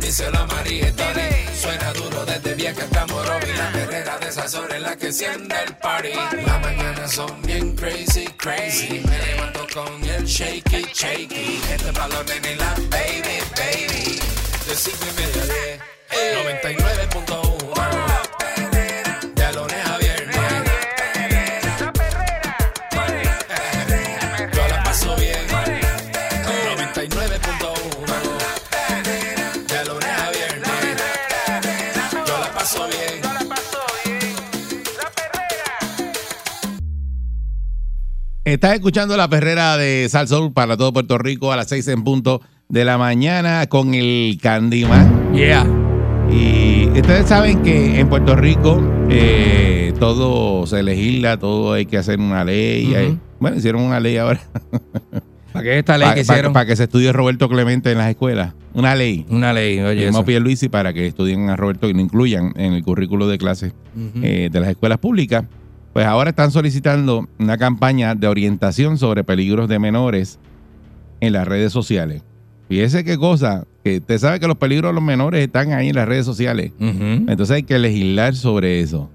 díselo a María y Tony. Suena duro desde bien que estamos Robin. La perrera de esas horas es la que enciende el Ah. party. Las mañanas son bien crazy, crazy. Me levanto con el shaky, shaky. Este es pa' los nenes y la baby, baby. De cinco y media a diez. 99.1 La perrera De lunes a viernes la perrera, yo la paso bien. 99.1. De lunes a viernes. Yo la paso bien. no la pasó bien. La perrera, Estás escuchando la perrera de Salsoul para todo Puerto Rico a las 6 en punto de la mañana con el Candyman. Yeah. Y ustedes saben que en Puerto Rico eh, todo se legisla, todo hay que hacer una ley. Ujú. hay- bueno, hicieron una ley ahora ¿Para qué esta ley para que hicieron? que se estudie Roberto Clemente en las escuelas. Una ley. Una ley, oye. Llamó eso. a Pierluisi para que estudien a Roberto y lo incluyan en el currículo de clases Ujú. eh, de las escuelas públicas, pues ahora están solicitando una campaña de orientación sobre peligros de menores en las redes sociales. Fíjese qué cosa, que usted sabe que los peligros de los menores están ahí en las redes sociales. Ujú. Entonces hay que legislar sobre eso.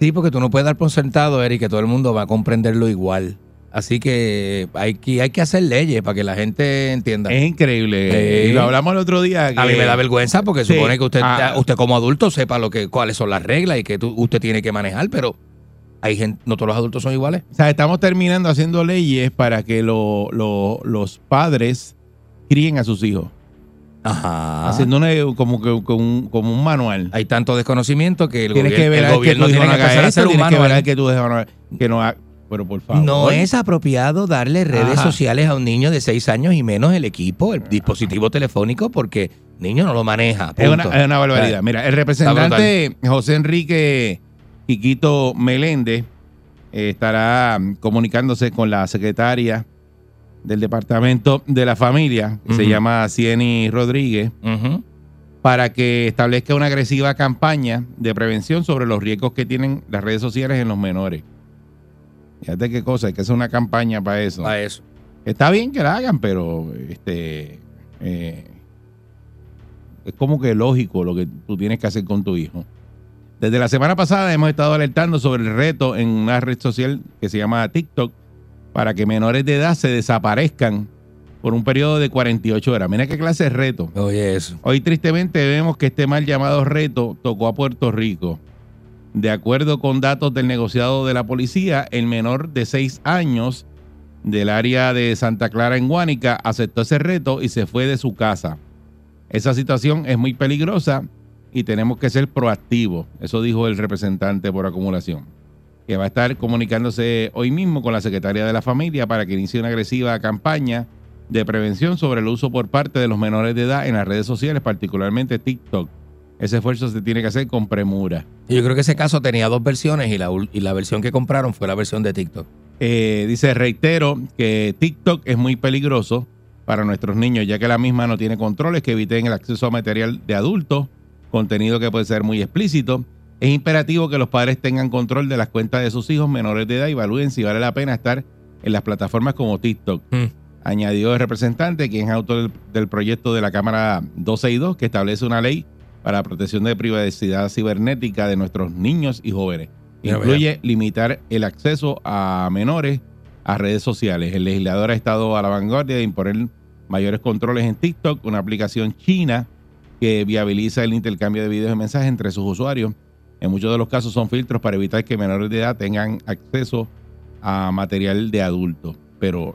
Sí, porque tú no puedes dar por sentado, Eric, que todo el mundo va a comprenderlo igual. Así que hay que, hay que hacer leyes para que la gente entienda. Es increíble. Sí. Eh, Y lo hablamos el otro día. A mí que- me da vergüenza porque Sí. supone que usted, Ah. usted como adulto sepa lo que, cuáles son las reglas y que tú- usted tiene que manejar, pero hay gente, no todos los adultos son iguales. O sea, estamos terminando haciendo leyes para que lo- lo- los padres críen a sus hijos. Ajá. Haciendo una- como, que- como un- como un manual. Hay tanto desconocimiento que el, tienes gobier- que ver el al que gobierno tu hijo tiene no que haga empezar a esto, ser tienes que humano. ver al que tu hijo no haga- que no haga- Pero por favor. No es apropiado darle redes Ajá. sociales a un niño de 6 años y menos el equipo, el dispositivo telefónico, porque el niño no lo maneja. Es una, punto. es una barbaridad. Mira, el representante José Enrique Quiquito Meléndez eh, estará mm, comunicándose con la secretaria del Departamento de la Familia, que se Ujú. llama Cieni Rodríguez, Ujú. para que establezca una agresiva campaña de prevención sobre los riesgos que tienen las redes sociales en los menores. Fíjate qué cosa, hay que hacer una campaña para eso. A eso. Está bien que la hagan, pero este eh, es como que lógico lo que tú tienes que hacer con tu hijo. Desde la semana pasada hemos estado alertando sobre el reto en una red social que se llama TikTok para que menores de edad se desaparezcan por un periodo de 48 horas. Mira qué clase de reto. Oye, eso. Hoy tristemente vemos que este mal llamado reto tocó a Puerto Rico. De acuerdo con datos del negociado de la policía, el menor de 6 años del área de Santa Clara en Guánica aceptó ese reto y se fue de su casa. Esa situación es muy peligrosa y tenemos que ser proactivos. Eso dijo el representante por acumulación, que va a estar comunicándose hoy mismo con la secretaria de la familia para que inicie una agresiva campaña de prevención sobre el uso por parte de los menores de edad en las redes sociales, particularmente TikTok. Ese esfuerzo se tiene que hacer con premura. Y Yo creo que ese caso tenía dos versiones y la, ul- y la versión que compraron fue la versión de TikTok. Eh, dice, reitero que TikTok es muy peligroso para nuestros niños, ya que la misma no tiene controles que eviten el acceso a material de adultos, contenido que puede ser muy explícito. Es imperativo que los padres tengan control de las cuentas de sus hijos menores de edad y evalúen si vale la pena estar en las plataformas como TikTok. Mm. Añadió el representante, quien es autor del, del proyecto de la Cámara 262, que establece una ley para la protección de privacidad cibernética de nuestros niños y jóvenes. Mira, Incluye limitar el acceso a menores a redes sociales. El legislador ha estado a la vanguardia de imponer mayores controles en TikTok, una aplicación china que viabiliza el intercambio de videos y mensajes entre sus usuarios. En muchos de los casos son filtros para evitar que menores de edad tengan acceso a material de adultos. Pero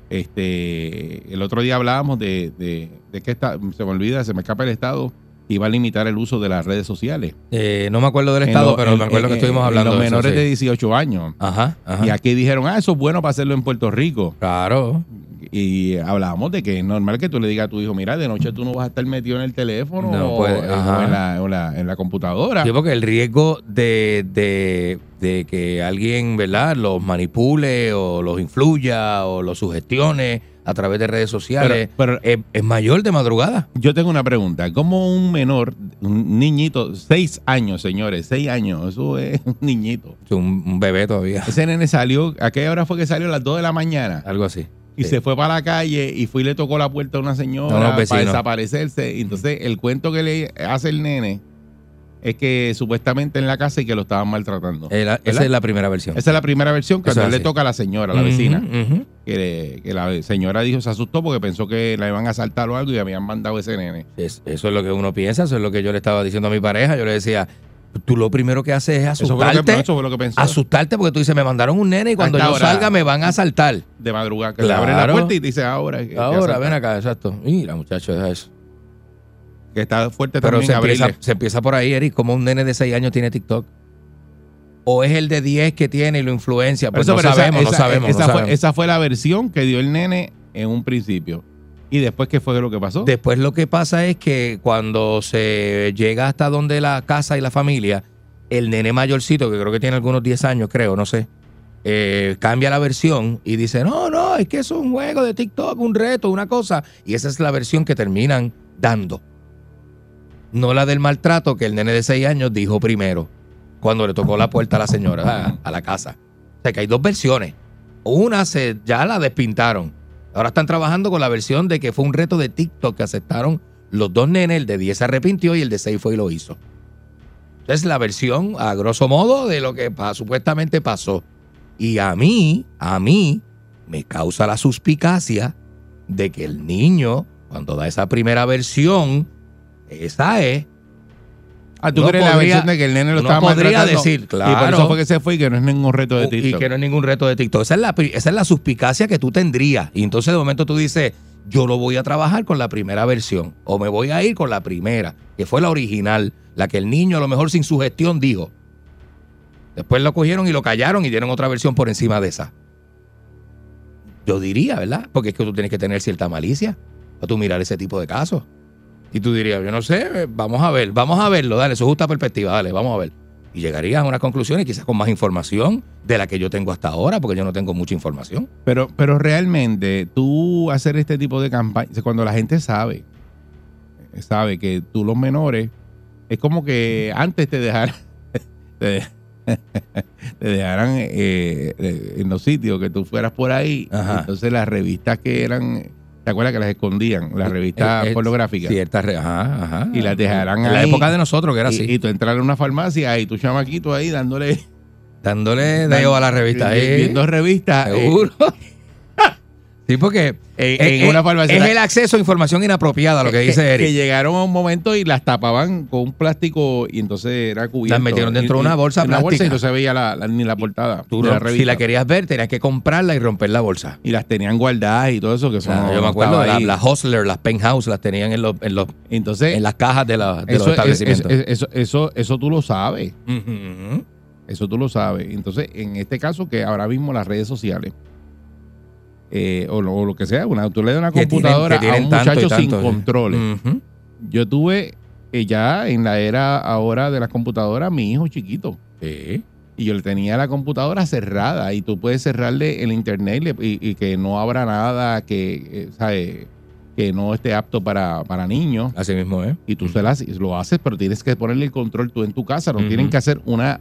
este el otro día hablábamos de, de- de que esta- se me olvida, se me escapa el Estado y va a limitar el uso de las redes sociales. Eh, no me acuerdo del En estado, lo- pero en- me acuerdo que en- estuvimos en hablando Los de eso, menores sí. de 18 años. Ajá, ajá. Y aquí dijeron, ah, eso es bueno para hacerlo en Puerto Rico. Claro. Y Y hablábamos de que es normal que tú le digas a tu hijo, mira, de noche tú no vas a estar metido en el teléfono No, o, pues, o ajá. en, la, o la- en la computadora. Sí, porque el riesgo de, de- de que alguien, ¿verdad?, los manipule o los influya o los sugestione a través de redes sociales Pero- es, es mayor de madrugada. Yo tengo una pregunta. ¿Cómo un menor, un niñito, seis años, señores, seis años, eso es un niñito. Es Un, un bebé todavía, Ese nene salió, ¿a qué hora fue que salió? A las 2 de la mañana. algo así. Y Sí. se fue para la calle y fue y le tocó la puerta a una A señora unos vecinos. para desaparecerse. Y Entonces, el cuento que le hace el nene es que supuestamente en la casa y que lo estaban maltratando. Eh, la- ¿Verdad? esa es la primera versión. Esa es la primera versión cuando Eso es él le así. toca a la señora, a la vecina. Ujú, ujú. que, le- que la señora dijo, se asustó porque pensó que la iban a asaltar o algo y habían mandado ese nene. Es- eso es lo que uno piensa, eso es lo que yo le estaba diciendo a mi pareja. Yo le decía, tú lo primero que haces es Eso fue, lo que, asustarte. eso fue lo que pensó. asustarte porque tú dices, me mandaron un nene y cuando Hasta yo ahora. salga me van a asaltar. de madrugada, que le abre la Claro. puerta y te dice ahora. que- que Ahora, asaltan". ven acá, exacto. Mira, muchacho, deja eso. Que está fuerte Pero también se empieza, abrirle. se empieza por ahí, Eric, como un nene de 6 años tiene TikTok. O es el de 10 que tiene y lo influencia. Pues Eso, no, pero esa- sabemos, esa- no sabemos, esa no fue, sabemos. esa fue la versión que dio el nene en un principio. ¿Y después qué fue lo que pasó? Después lo que pasa es que cuando se llega hasta donde la casa y la familia, el nene mayorcito, que creo que tiene algunos 10 años, creo, no sé, eh, cambia la versión y dice, no, no, es que es un juego de TikTok, un reto, una cosa. Y esa es la versión que terminan dando. No la del maltrato que el nene de 6 años dijo primero, cuando le tocó la puerta a la señora, a- a la casa. O sea que hay dos versiones. Una se, ya la despintaron. Ahora están trabajando con la versión de que fue un reto de TikTok que aceptaron los dos nenes. El de 10 se arrepintió y el de 6 fue y lo hizo. Es la versión, a grosso modo, de lo que pa- supuestamente pasó. Y a mí, a mí, me causa la suspicacia de que el niño, cuando da esa primera versión, esa es. Ah, tú uno crees la podría- versión de que el nene lo uno estaba podría maltratando? decir, Y por claro. eso fue que se fue y que no es ningún reto de Y TikTok. que no es ningún reto de TikTok. Esa es la, pri- esa es la suspicacia que tú tendrías. Y entonces de momento tú dices, yo lo voy a trabajar con la primera versión. O me voy a ir con la primera, que fue la original, la que el niño a lo mejor sin sugestión dijo. Después lo cogieron y lo callaron y dieron otra versión por encima de esa. Yo diría, ¿verdad? Porque es que tú tienes que tener cierta malicia para tú mirar ese tipo de casos. Y tú dirías, yo no sé, eh, vamos a ver, vamos a verlo, dale, su justa perspectiva, dale, vamos a ver. Y llegarías a unas conclusiones quizás con más información de la que yo tengo hasta ahora, porque yo no tengo mucha información. Pero, pero realmente, tú hacer este tipo de campaña, cuando la gente sabe, eh, sabe que tú los menores, es como que antes te dejaran, te, te dejaran eh, eh, en los sitios que tú fueras por ahí. Ajá. Entonces las revistas que eran, ¿te acuerdas que las escondían? Las revistas Eh, eh, pornográficas. Ciertas, re- ajá, ajá. Y las dejarán En la ahí. época de nosotros, que era y, así. y tú entrar a una farmacia y tu chamaquito ahí dándole dándole dedo a la revista. vi- eh, viendo revistas. eh, seguro. sí, porque En- es- en es- una farmacia. es el acceso a información inapropiada, lo que dice Que Eric. llegaron a un momento y las tapaban con un plástico y entonces era cubierto. Las metieron Y- dentro de una y- bolsa en una bolsa plástica. y no se veía la- la- ni la portada Tú de la no- si revista. la querías ver, tenías que comprarla y romper la bolsa. y las tenían guardadas y todo eso que son Claro, yo me acuerdo, la- las Hustler, las Penthouse las tenían en, los, en, los, entonces en las cajas de, la- de los eso, es- es- establecimientos. es- eso, eso, eso tú lo sabes Ujú. eso tú lo sabes entonces en este caso que ahora mismo las redes sociales eh, o, lo, o lo que sea una, tú le das una Que tienen- computadora que tienen a un tanto y muchacho sin tanto. controles Ujú. yo tuve eh, ya en la era ahora de las computadoras mi hijo chiquito Sí. Y yo le tenía la computadora cerrada y tú puedes cerrarle el internet le- y, y que no abra nada que, eh, sabe, que no esté apto para, para niños. Así mismo, ¿eh? Y tú se las, lo haces, pero tienes que ponerle el control tú en tu casa. No Ujú. tienen que hacer una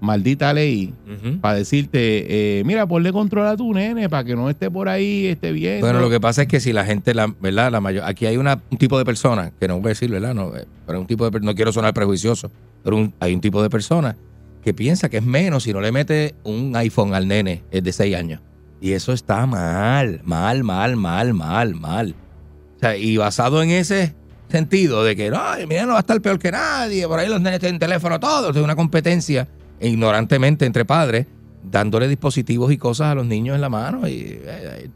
maldita ley Ujú. para decirte, eh, mira, ponle control a tu nene para que no esté por ahí, esté bien. Bueno, lo que pasa es que si la gente, la, ¿verdad? La mayor, aquí hay una, un tipo de persona, que no voy a decir, ¿verdad? No, eh, pero un tipo de, per- no quiero sonar prejuicioso, pero un- hay un tipo de persona que piensa que es menos si no le mete un iPhone al nene es de 6 años. Y eso está mal, mal, mal, mal, mal, mal. O sea, y basado en ese sentido de que, no, mira, no va a estar peor que nadie, por ahí los nenes tienen teléfono todos, es una competencia ignorantemente entre padres, dándole dispositivos y cosas a los niños en la mano, y eh,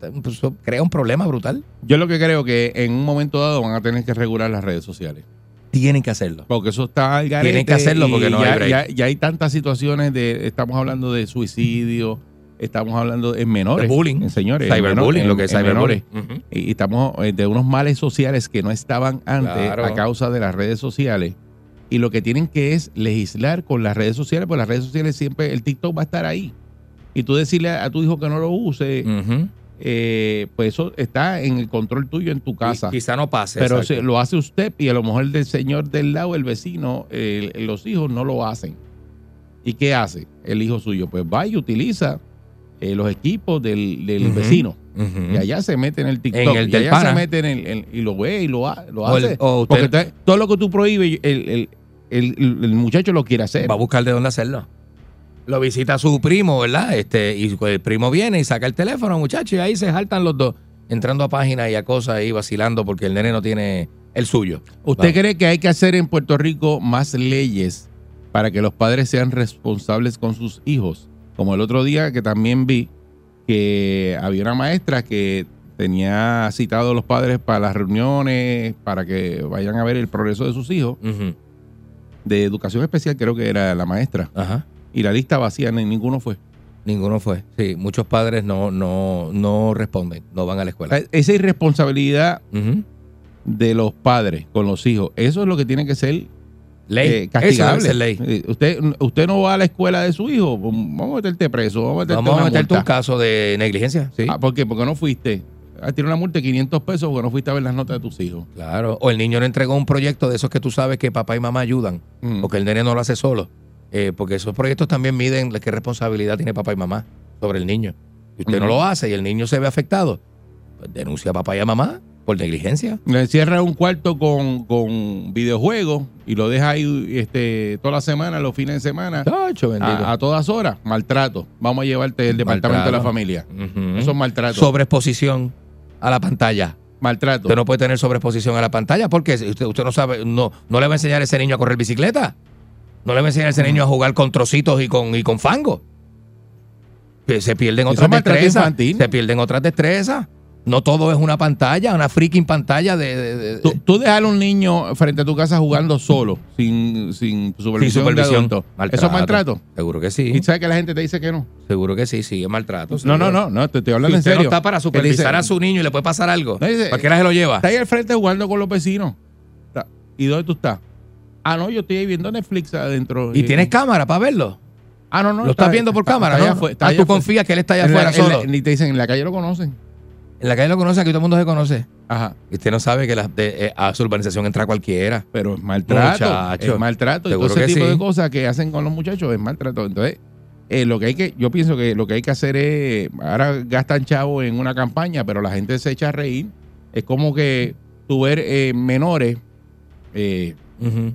eh, pues, eso crea un problema brutal. Yo lo que creo que en un momento dado van a tener que regular las redes sociales. Tienen que hacerlo. Porque eso está al garete Tienen que hacerlo y porque no hay ya, break. ya- ya hay tantas situaciones de, estamos hablando de suicidio, estamos hablando en menores. De bullying. en señores. en Cyberbullying, menores, lo que es en- en cyberbullying. Ujú. y y estamos eh, de unos males sociales que no estaban antes Claro. a causa de las redes sociales. Y lo que tienen que es legislar con las redes sociales, porque las redes sociales siempre, el TikTok va a estar ahí. Y tú decirle a, a tu hijo que no lo use, Ujú. eh, pues eso está en el control tuyo en tu casa. Y Quizá no pase. Pero exacto. si lo hace usted y a lo mejor el del señor del lado, el vecino, eh, los hijos no lo hacen. ¿Y qué hace el hijo suyo? Pues va y utiliza eh, los equipos del, del Ujú. vecino. Ujú. Y allá se mete en el TikTok. En el y del allá pana. se mete en el, en- y lo ve y lo, ha- lo O el- hace. o usted- Porque está- todo lo que tú prohíbes, el, el- el- el muchacho lo quiere hacer. va a buscar de dónde hacerlo. Lo visita su primo, ¿verdad? Este, y el primo viene y saca el teléfono, muchacho, y ahí se jaltan los dos, entrando a páginas y a cosas ahí vacilando porque el nene no tiene el suyo. ¿Usted Vamos. cree que hay que hacer en Puerto Rico más leyes para que los padres sean responsables con sus hijos? Como el otro día que también vi que había una maestra que tenía citado a los padres para las reuniones, para que vayan a ver el progreso de sus hijos, Ujú. de educación especial creo que era la maestra, Ajá. y la lista vacía, ni ninguno fue. Ninguno fue. Sí, muchos padres no, no, no responden, no van a la O escuela. sea, E-, esa irresponsabilidad Ujú. de los padres con los hijos, eso es lo que tiene que ser Ley. eh, Eso castigable. debe ser ley. Eh, usted, usted no va a la escuela de su hijo, pues, vamos a meterte preso, vamos a meterte Vamos a una meterte un multa. caso de negligencia. Sí. Ah, ¿Por qué? Porque no fuiste. Ah, tiene una multa de 500 pesos porque no fuiste a ver las notas de tus hijos. Claro. O el niño no entregó un proyecto de esos que tú sabes que papá y mamá ayudan. Mm. porque el nene no lo hace solo. Eh, porque esos proyectos también miden la- qué responsabilidad tiene papá y mamá sobre el niño. Si usted no Ujú. lo hace y el niño se ve afectado, pues denuncia a papá y a mamá por negligencia. Le encierra un cuarto con, con videojuegos y lo deja ahí este, toda la semana, los fines de semana, Chacho, bendito. a, a todas horas. Maltrato. Vamos a llevarte el departamento de la Maltrato. familia. Ujú. Eso es maltrato. sobreexposición a la pantalla. maltrato. Usted no puede tener sobreexposición a la pantalla porque si usted, usted no sabe, no, no le va a enseñar a ese niño a correr bicicleta. No le va a enseñar a ese niño a jugar con trocitos y con, y con fango. Que Se pierden Eso otras es maltrato destrezas. infantil. Se pierden otras destrezas. No todo es una pantalla, una freaking pantalla de, de- de- Tú, de- tú dejar a un niño frente a tu casa jugando solo, sin, sin sin supervisión, de supervisión. adulto. ¿Eso es maltrato? Seguro que sí. Y sabes que la gente te dice que no. Seguro que sí, sí, es maltrato. No, seguro. no, no, no, te estoy Si hablando en usted serio. no está para supervisar Que dice- a su niño y le puede pasar algo. No, dice- ¿Para qué hora se lo lleva? Está ahí al frente jugando con los vecinos. Está- ¿Y dónde tú estás? Ah, no, yo estoy ahí viendo Netflix adentro. Eh, ¿Y tienes cámara para verlo? Ah, no, no. ¿Lo estás viendo por cámara? allá no? afuera, está ah, allá tú afuera. confías que él está allá En la- afuera en la- solo. Ni te dicen, en la calle lo conocen. En la calle lo conoce, aquí todo el mundo se conoce. Ajá. Y Usted no sabe que la, de- eh, a su urbanización entra cualquiera. Pero es maltrato. Muchacho. Es maltrato. Y todo Seguro ese que tipo sí. de cosas que hacen con los muchachos es maltrato. Entonces, eh, lo que hay que, yo pienso que lo que hay que hacer es, ahora gastan chavo en una campaña, pero la gente se echa a reír. Es como que tú ver eh, menores, eh,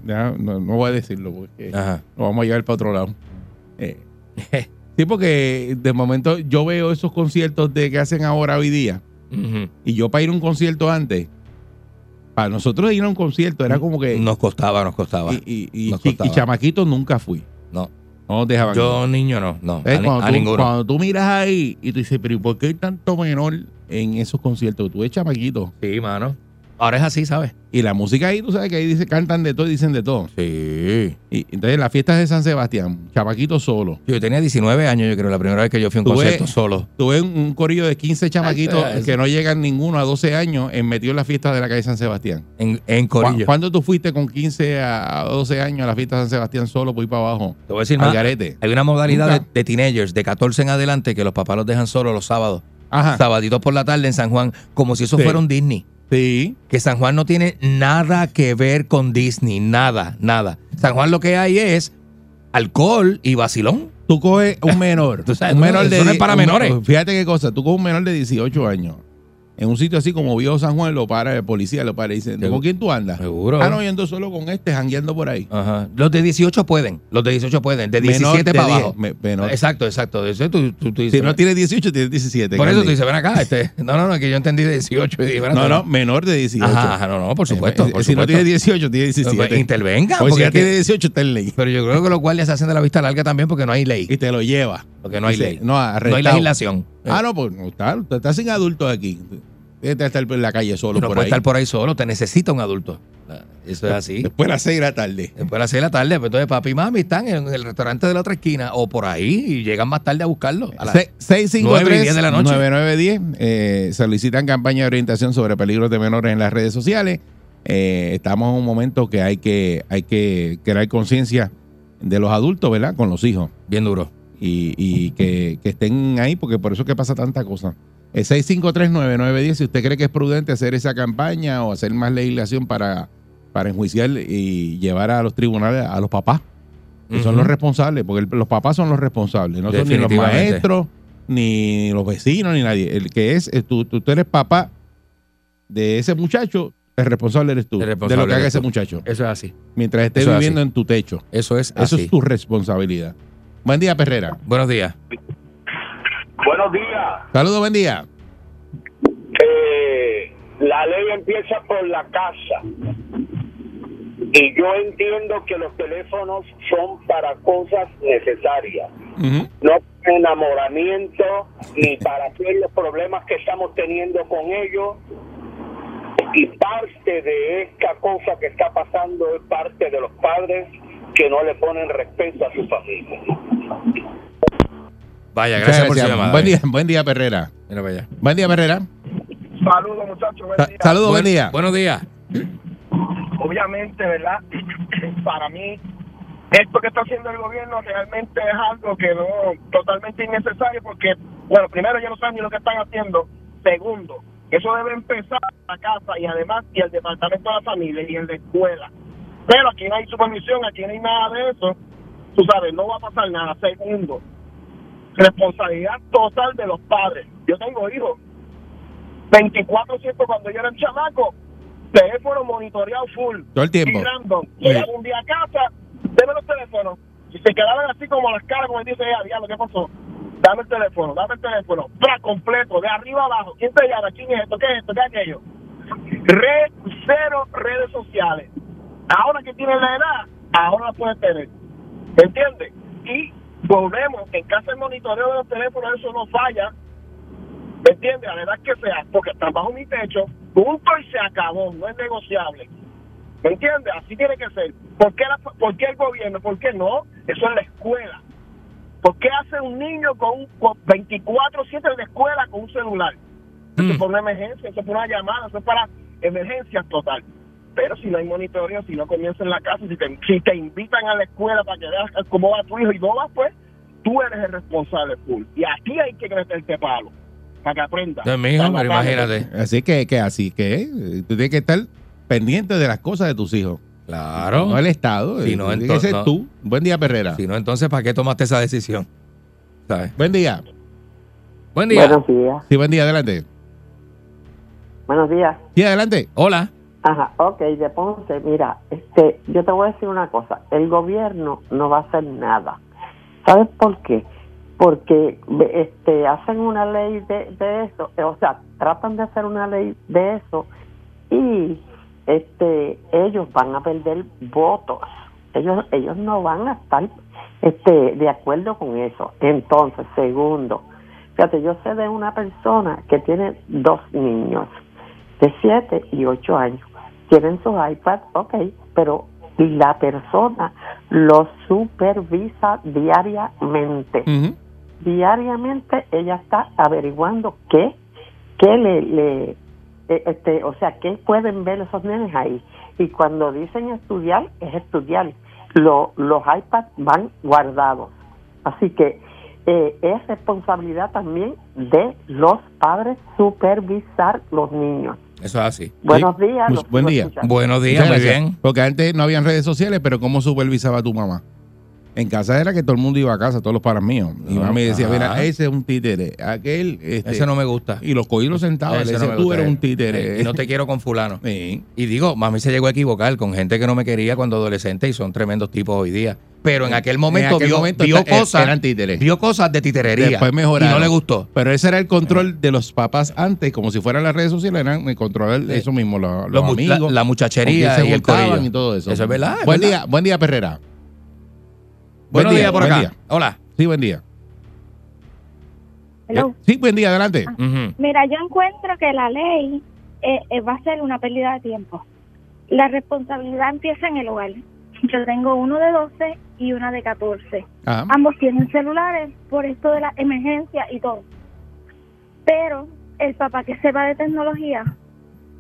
ya, no, no voy a decirlo porque Ajá. lo vamos a llevar para otro lado. Eh, sí, porque de momento yo veo esos conciertos de que hacen ahora hoy día. Y yo para ir a un concierto antes, para nosotros ir a un concierto era como que... Nos costaba, nos costaba. Y, y, y, Nos chi- costaba. y chamaquito nunca fui. No. No nos dejaban. ir. Yo, niño, no. No. Eh, a, ni- cuando, a tú, ninguno. cuando tú miras ahí y tú dices, pero ¿y por qué hay tanto menor en esos conciertos? Tú eres chamaquito. Sí, mano. Ahora es así, ¿sabes? Y la música ahí, tú sabes que ahí dice, cantan de todo y dicen de todo. Sí. Y entonces las fiestas de San Sebastián, chamaquito solo. Yo tenía 19 años, yo creo, la primera vez que yo fui a un Tú concierto ves- solo. Tuve un, un corillo de 15 chamaquitos Ay, eso- que no llegan ninguno a 12 años en metido en las fiestas de la calle San Sebastián. En, en ¿Cu- Corillo. ¿Cuándo tú fuiste con 15 a a 12 años a la fiesta de San Sebastián solo por ir para abajo? Te voy a decir Al más. garete. Hay una modalidad de, Nunca. de teenagers de 14 en adelante que los papás los dejan solos los sábados. Ajá. Sabaditos por la tarde en San Juan, como si eso Sí. fuera un Disney. Sí. que San Juan no tiene nada que ver con Disney, nada, nada. San Juan lo que hay es alcohol y vacilón. Tú coges un menor. Tú sabes, un no, eso no es die- para un- menores. Fíjate qué cosa. Tú coges un menor de 18 años. En un sitio así como Viejo San Juan, lo para el policía, lo para y dicen, Seguro. ¿con quién tú andas? Seguro. Ah, no, yo ando solo con este, jangueando por ahí. Ajá. Los de 18 pueden, los de 18 pueden, de Menor 17 para de abajo. 10, me- menor. Exacto, exacto. Eso tú- tú- tú Si dices, no tienes 18, tienes 17. por eso Candy. tú dices, ven acá. Este, no, no, no, que yo entendí de 18. Y dije, espérate, No, no, menor de 18. Ajá, ajá, no, no, por supuesto. Eh, por si no supuesto. tienes 18, tienes Pues, 17. intervenga. o si porque ya es que- tienes 18, está en ley. pero yo creo que los guardias se hacen de la vista larga también porque no hay ley. Y te lo lleva. Porque no hay Dice, ley. No, No hay arrestado. legislación. Ah, no, pues no, está, está sin adultos aquí. Tienes que estar en la calle solo no por ahí. puede Eh, estar por ahí solo, te necesita un adulto. Eso es así. Después de las 6 de la tarde. Después de las 6 de la tarde, pues entonces papi y mami están en el restaurante de la otra esquina o por ahí y llegan más tarde a buscarlo. A las- Se- 9 y 10 de la noche. 653-9910. Eh, solicitan campaña de orientación sobre peligros de menores en las redes sociales. Eh, estamos en un momento que hay que, hay que crear conciencia de los adultos, ¿verdad? Con los hijos. Bien duro. Y, y que, que estén ahí, porque por eso es que pasa tanta cosa. Eh, 653-9910, si usted cree que es prudente hacer esa campaña o hacer más legislación para, para enjuiciar y llevar a los tribunales a los papás que son Ujú. los responsables, porque el- los papás son los responsables, no son ni los Definitivamente. maestros, ni los vecinos, ni nadie. El que es, es tú, tú, tú eres papá de ese muchacho, el responsable eres tú, El de responsable lo que haga eres ese tú. muchacho, Eso es así. mientras esté Eso es viviendo en tu techo. Eso es Eso así. es tu responsabilidad. Buen día, Perrera. Buenos días. Buenos días. Saludos, buen día. Eh, la ley empieza por la casa. Y yo entiendo que los teléfonos son para cosas necesarias, Ujú. no para enamoramiento ni para hacer los problemas que estamos teniendo con ellos. Y parte de esta cosa que está pasando es parte de los padres que no le ponen respeto a su familia. Vaya, Muchas gracias, por su llamada. Buen día, buen día, Perrera. Mira para allá. Buen día, Perrera. Saludos muchachos, Sa- Saludos, buen Buen- día. Buenos días. obviamente, ¿verdad? Para mí, esto que está haciendo el gobierno realmente es algo que no totalmente innecesario porque, bueno, primero ya no saben ni lo que están haciendo. Segundo, eso debe empezar en la casa y además y el departamento de la familia y en la escuela. Pero aquí no hay supervisión, aquí no hay nada de eso. Tú sabes, no va a pasar nada. Segundo, responsabilidad total de los padres. Yo tengo hijos. 24-7 cuando yo era un chamaco, teléfono monitoreado full. Todo el tiempo. Y random. Sí. Llegaba un día a casa, deme los teléfonos. Y se quedaban así como las caras, como él dice, ya, diablo, ¿qué pasó? Dame el teléfono, dame el teléfono. Para completo, de arriba a abajo. ¿Quién te llama? ¿Quién es esto? ¿Qué es esto? ¿Qué es aquello? Red, cero redes sociales. Ahora que tienen la edad, ahora la pueden tener. ¿Entiendes? Y volvemos, en casa el monitoreo de los teléfonos, eso no falla. ¿Me entiendes? A la edad que sea, porque están bajo mi techo, punto y se acabó, no es negociable. ¿Me entiendes? Así tiene que ser. ¿Por qué, la- por qué el gobierno? ¿Por qué no? Eso es la escuela. ¿Por qué hace un niño con, un- con 24-7 en la escuela con un celular? Hmm. Eso es por una emergencia, eso es por una llamada, eso es para emergencias total. Pero si no hay monitoreo, si no comienza en la casa, si te, si te invitan a la escuela para que veas cómo va tu hijo y no vas, pues tú eres el responsable full. Y aquí hay que meterte palo para que aprenda. No es mi hijo, pero imagínate. Así que, que así que eh, tú tienes que estar pendiente de las cosas de tus hijos. Claro. No el Estado. Si eh, no, tiene que ser entonces, no. tú. Buen día, Perrera. Si no, entonces, ¿para qué tomaste esa decisión? ¿Sabes? Buen día. Buen día. Buenos días. Sí, buen día, adelante. Buenos días. Sí, adelante. Hola. Ajá, ok, de Ponce, mira, este, yo te voy a decir una cosa, el gobierno no va a hacer nada. ¿Sabes por qué? Porque ve- este, hacen una ley de, de eso, eh, o sea, tratan de hacer una ley de eso y este, ellos van a perder votos. Ellos, ellos no van a estar este, de acuerdo con eso. Entonces, segundo, fíjate, yo sé de una persona que tiene dos niños de 7 y 8 años. Tienen sus iPads, ok, pero la persona los supervisa diariamente. Ujú. Diariamente ella está averiguando qué, qué le, le eh, este, o sea, qué pueden ver esos nenes ahí. Y cuando dicen estudiar, es estudiar. Lo- los iPads van guardados. Así que eh, es responsabilidad también de los padres supervisar los niños. Eso es así. Buenos Sí. días. Pues, los buen sigo día. escuchando. Buenos días, Muchas muy gracias. bien. Porque antes no habían redes sociales, pero ¿cómo supervisaba tu mamá? En casa era que todo el mundo iba a casa, todos los paras míos. Y No, mami decía, ajá. mira, ese es un títere, aquel... Este, Ese no me gusta. Y los cogí y los sentaba, y le Ese no decía, me tú gusta. eres un títere. Eh, No te quiero con fulano. Sí. Y digo, mami se llegó a equivocar con gente que no me quería cuando adolescente y son tremendos tipos hoy día. Pero en aquel momento Eh, aquel vio, momento vio esta- cosas, eran títeres. vio cosas de titerería. Después Y mejoraron. no le gustó. Pero ese era el control de los papás antes, como si fueran las redes sociales, eran el control de eso mismo, los, los Los mu- amigos. la- la muchachería con quién se y el juntaban corillo. y todo eso. Eso es verdad, es buen verdad. día, buen día, Perrera. Buen Buenos días por buen acá. día. Hola. Sí, buen día. Eh, Hello. Sí, buen día, adelante. Ujú. Mira, yo encuentro que la ley eh, eh, va a ser una pérdida de tiempo. La responsabilidad empieza en el hogar. Yo tengo uno de 12 y una de 14. Ah, Ambos tienen celulares por esto de la emergencia y todo. Pero el papá que sepa de tecnología,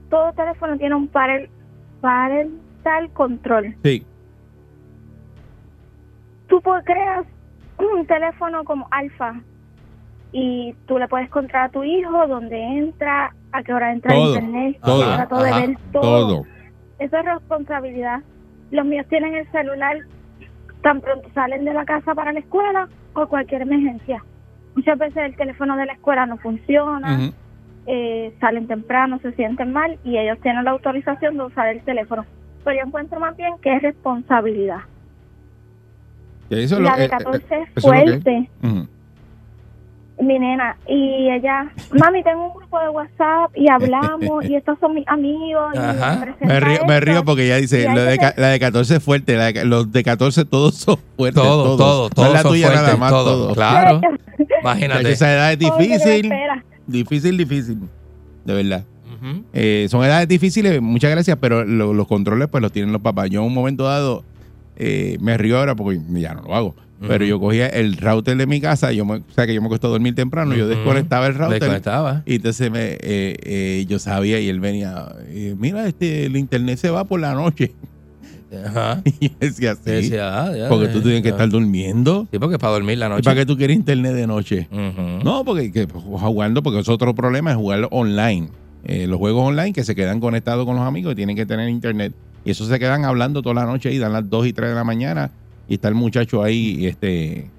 todo teléfono tiene un parental, parental control. sí. Tú puedes crear un teléfono como alfa y tú le puedes controlar a tu hijo dónde entra, a qué hora entra a Todo, internet, todo, yo trato de ajá, ver Todo. eso es responsabilidad. Los míos tienen el celular tan pronto salen de la casa para la escuela o cualquier emergencia. Muchas veces el teléfono de la escuela no funciona, Ujú. eh, salen temprano, se sienten mal y ellos tienen la autorización de usar el teléfono. Pero yo encuentro más bien que es responsabilidad. Y eso es lo- la eh, de eh, 14 es eso es lo que- fuerte ujú. mi nena y ella, mami, tengo un grupo de WhatsApp y hablamos y estos son mis amigos. Y Ajá. me presenta Me río, me esto". río porque ella dice, Y hay la de, veces- ca- la de 14 es fuerte, la de ca- los de 14 todos son fuertes. Todo, todos. No todo, es todo. la son tuya fuertes, nada más, todo, todo. Claro. Ya que Imagínate. Esa edad es Todo lo que me difícil, espera. difícil, difícil, de verdad. Ujú. Eh, son edades difíciles, muchas gracias, pero lo- los controles pues los tienen los papás. Yo en un momento dado eh, me río ahora porque ya no lo hago. Pero Ujú. yo cogía el router de mi casa, yo me- o sea que yo me costó dormir temprano, yo Ujú. desconectaba el router Desconectaba. y entonces me, eh, eh, yo sabía y él venía, eh, mira, este, el internet se va por la noche. Ajá. Y yo decía, sí, Te decía, ah, ya, porque ya, tú tienes que ya. estar durmiendo. Sí, porque para dormir la ¿Y noche. para qué tú quieres internet de noche? Ujú. No, porque que, jugando, porque es otro problema, es jugar online. Eh, los juegos online que se quedan conectados con los amigos y tienen que tener internet. Y eso se quedan hablando toda la noche y dan las 2 y 3 de la mañana y está el muchacho ahí este,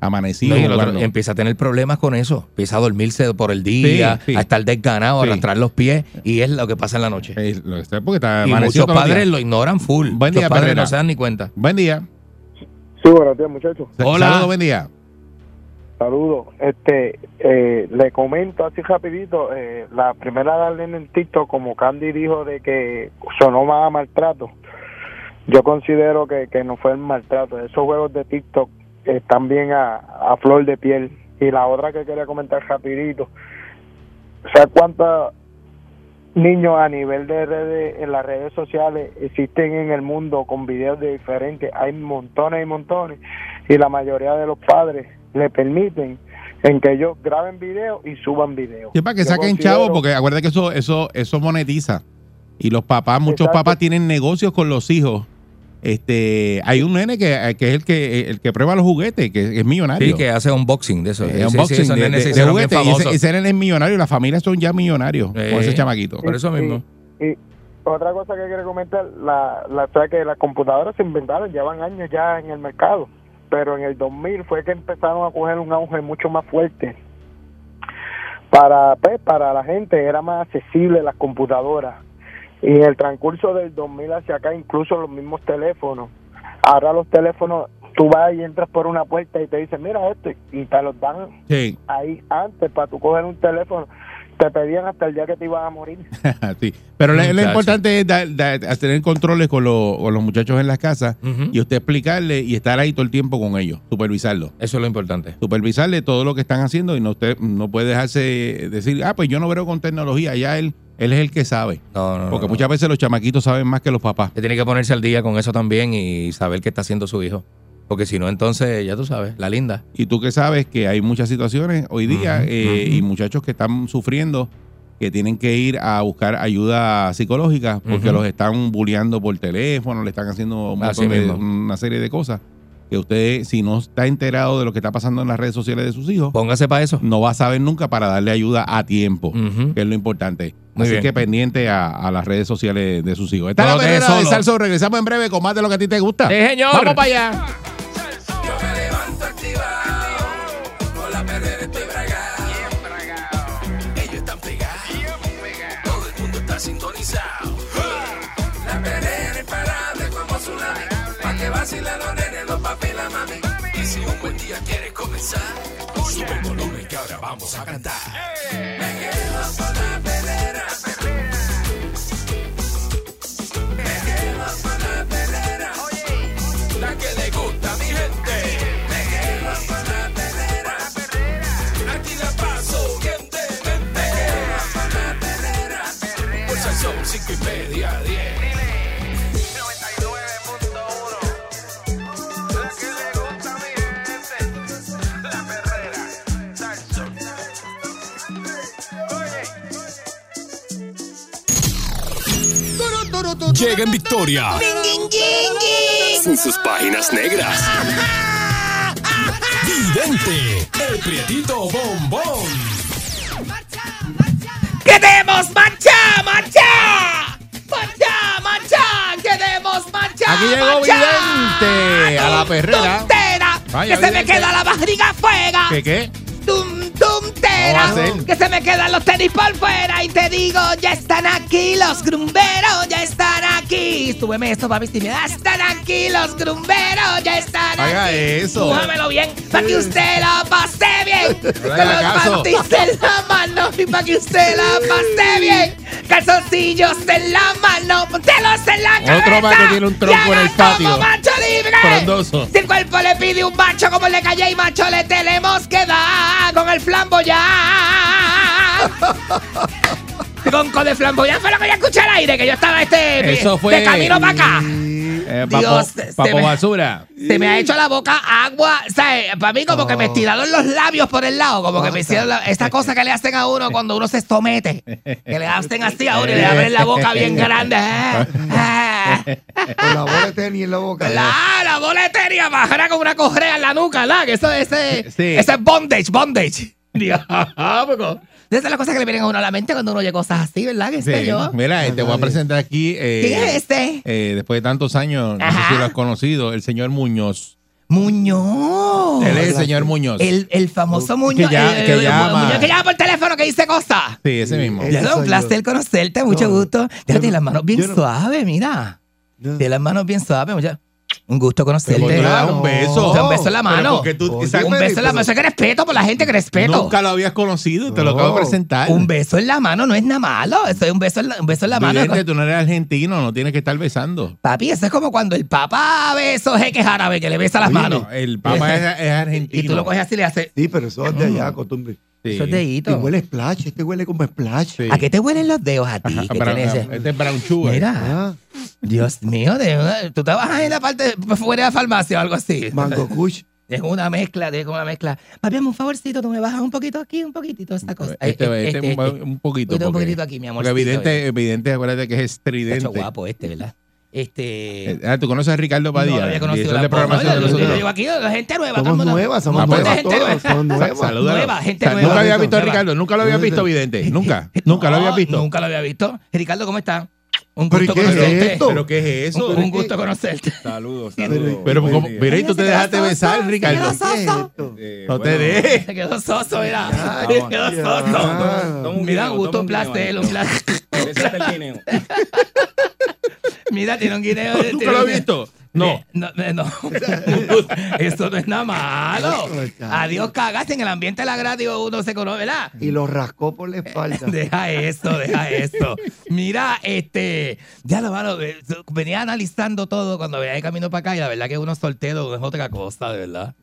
amanecido. No, y el otro jugando. empieza a tener problemas con eso. Empieza a dormirse por el día, Sí, sí. a estar desganado, a Sí. arrastrar los pies. Y es lo que pasa en la noche. Eh, lo que está- porque está y amanecido muchos todos los padres días. lo ignoran full. Buen muchos día, padres Perrera. no se dan ni cuenta. Buen día. Sí, buenos días, muchachos. Sa- Hola. Saludos, buen día. Saludos. Este, eh, le comento así rapidito, eh, la primera darle en el TikTok, como Candy dijo de que sonó más a maltrato, yo considero que, que no fue el maltrato. Esos juegos de TikTok están bien a, a flor de piel. Y la otra que quería comentar rapidito, ¿sabes cuántos niños a nivel de redes, en las redes sociales existen en el mundo con videos de diferentes? Hay montones y montones y la mayoría de los padres le permiten en que ellos graben video y suban video. Sí, para que Yo saquen considero- chavo, porque acuérdate que eso, eso, eso monetiza. Y los papás, muchos Exacto. papás tienen negocios con los hijos. Este, hay un nene que, que es el que el que prueba los juguetes, que es millonario. Sí, que hace unboxing de eso. Eh, Sí, sí, unboxing esos de, nenes de- se de hicieron bien juguete. Y ese, famosos. ese nene es millonario y las familias son ya millonarios con Eh. ese chamaquito. Por eso mismo. Y otra cosa que quiero comentar, la, la o sea, que las computadoras se inventaron, llevan años ya en el mercado, pero en el 2000 fue que empezaron a coger un auge mucho más fuerte. Para, pues, para la gente era más accesible las computadoras. Y en el transcurso del 2000 hacia acá, incluso los mismos teléfonos. Ahora los teléfonos, tú vas y entras por una puerta y te dicen, mira esto, y te los dan Sí, ahí antes para tú coger un teléfono. Te pedían hasta el día que te ibas a morir. sí. Pero lo- lo Muchacho. importante es da- da- tener controles con, los- con los muchachos en las casas Ujú. y usted explicarle y estar ahí todo el tiempo con ellos, supervisarlo. Eso es lo importante. Supervisarle todo lo que están haciendo y no, usted no puede dejarse decir, ah, pues yo no veo con tecnología, ya él, él es el que sabe. No, no, no, Porque no. muchas veces los chamaquitos saben más que los papás. Que tiene que ponerse al día con eso también y saber qué está haciendo su hijo. Porque si no, entonces, ya tú sabes, la linda. Y tú que sabes que hay muchas situaciones hoy día Ujú, eh, ujú. y muchachos que están sufriendo que tienen que ir a buscar ayuda psicológica porque Ujú. los están bulleando por teléfono, le están haciendo un Así montón de- mismo. una serie de cosas que usted, si no está enterado de lo que está pasando en las redes sociales de sus hijos, Póngase para eso. no va a saber nunca para darle ayuda a tiempo, Ujú. que es lo importante. Muy Así bien. que pendiente a, a las redes sociales de sus hijos. Está No la lo dejes perrera de solo. Salso. Regresamos en breve con más de lo que a ti te gusta. Sí, señor. ¡Vamos para allá! Yo me levanto activado. Con la perrera estoy bragado. Ellos están pegados. Todo el mundo está sintonizado. La perrera es imparable como tsunami. Pa' que vacilan los nenes, los papi y la mami. Y si un buen día quieres comenzar, sube el volumen que ahora vamos a cantar. Me quedo con la perrera. Me quedo con la perrera. La que le gusta a mi gente. Me quedo con la perrera. Aquí la paso bien de mente. Pues al son cinco y media diez. Llega en victoria. Con sus páginas negras. Vidente, el prietito bombón. ¡Queremos marcha! ¡Marcha! ¡Marcha! ¡Marcha! ¡Queremos marcha! Aquí llegó Vidente a la perrera. ¡Tuntera! Vaya, ¡Que se me Vidente. queda la barriga afuera! ¿Qué qué? ¡Tum, ¿Cómo va a ser? ¡Tuntera! ¡Que se me quedan los tenis por fuera! Y te digo, ya están aquí los grumberos, ya están aquí. Súbeme esto, papi, si me das. Están aquí los grumberos, ya están aquí. Haga eso. Empújamelo bien para que usted la pase bien. No le Con haga los caso. panties en la mano y para que usted la pase bien. Calzoncillos en la mano, póntelos en la cabeza. Otro más que tiene un tronco y en el haga patio. Como macho libre. Frondoso. Si el cuerpo le pide un macho, como le callé y macho le tenemos que dar con el flamboyán. Ronco de flamboyán fue lo que yo escuché al aire, que yo estaba este Eso fue. de camino para acá. Eh, papo, Dios, se papo me- basura. Se me ha hecho la boca agua, o sea, para mí como que Oh. me estiraron los labios por el lado, como que me hicieron la- esta cosa que le hacen a uno cuando uno se estomete, que le hacen así a uno y le abren la boca bien grande. Con la bola de tenis en la boca. Claro, Ah, boletería bajara con una correa en la nuca, ¿verdad? Que eso ese, Sí. Ah, ese es bondage, bondage. Dios, porque Esas son las cosas que le vienen a uno a la mente cuando uno oye cosas así, ¿verdad? Que sé Sí. yo. Mira, eh, te voy a presentar aquí. eh, ¿Quién es este? eh, después de tantos años, no sé Ajá. si lo has conocido, el señor Muñoz. Muñoz. Él es el señor Muñoz. El, el famoso Muñoz. ya- el- que el- el llama. Muñoz que llama por teléfono que dice cosas. Sí, ese mismo. Ese Ya, un soy placer conocerte, mucho No, gusto. Ya yo de no- las manos bien yo no- suaves, mira. No. De las manos bien suaves, mucha- Un gusto conocerte. Pero tú le das no. un beso. O sea, un beso en la Pero mano. porque tú- Oye, esa- Un beso en la mano. Eso que respeto por la gente que respeto. Nunca lo habías conocido, te lo No. acabo de presentar. Un beso en la mano no es nada malo. Eso es un beso en la, un beso en la mano. Vidente, tú no eres argentino, no tienes que estar besando. Papi, eso es como cuando el papá beso jeque árabe que le besa las Oye, manos. El papá es, es argentino. Y tú lo coges así y le haces. Mm. Sí, pero eso es de allá, costumbre. Sí. Eso es Te dedito. huele splash, este huele como splash. Sí. ¿A qué te huelen los dedos a ti? Ajá, ¿Qué Brown- tienes ese? este es Brown Sugar. Ah, Mira, Ah, Dios mío, de verdad, tú trabajas en la parte de- fuera de la farmacia o algo así. mango kush. Es una mezcla, es una mezcla. Papi, hazme un favorcito, tú me bajas un poquito aquí, un poquitito esta cosa. Este, Ay, este, este, un- este. un poquito. Cuida un porque- poquitito aquí, mi amor. Porque evidente, eh, evidente, acuérdate que es Está estridente. guapo este, ¿verdad? Este. Eh, Ah, tú conoces a Ricardo Padilla. No lo había conocido director de la programación de yo, yo, yo nosotros. llego aquí, la gente nueva. todo el Somos mundo- nuevas, somos Ah, pues. nuevas Gente nueva. todos, somos Sa- nuevas. salúdalo. Nueva, gente Sa- nueva. Nunca había visto a Nueva. Ricardo, nunca lo había visto Vidente. Nunca, nunca lo había No, visto. Nunca lo había visto. Ricardo, ¿cómo está? Un ¿Pero gusto qué es conocerte. esto? ¿Pero qué es eso? Un, un gusto conocerte. Saludos, saludos. Pero como, Buen día. mira, y tú te dejaste besar, Ricardo. No te dejes. Se quedó soso, mira. Ah, Se quedó soso. Ah, Mira, un gusto, un placer, un placer. Mira, tiene un guineo. Nunca tiene lo un he guineo. Eh, visto. No. No, no, no. Eso no es nada malo. Adiós, cagaste en el ambiente de la radio, uno se conoce, ¿verdad? Y lo rascó por la espalda. Deja eso, deja eso. Mira, este, ya lo malo, eh, so- venía analizando todo cuando venía de camino para acá y la verdad que uno soltero es otra cosa, de verdad.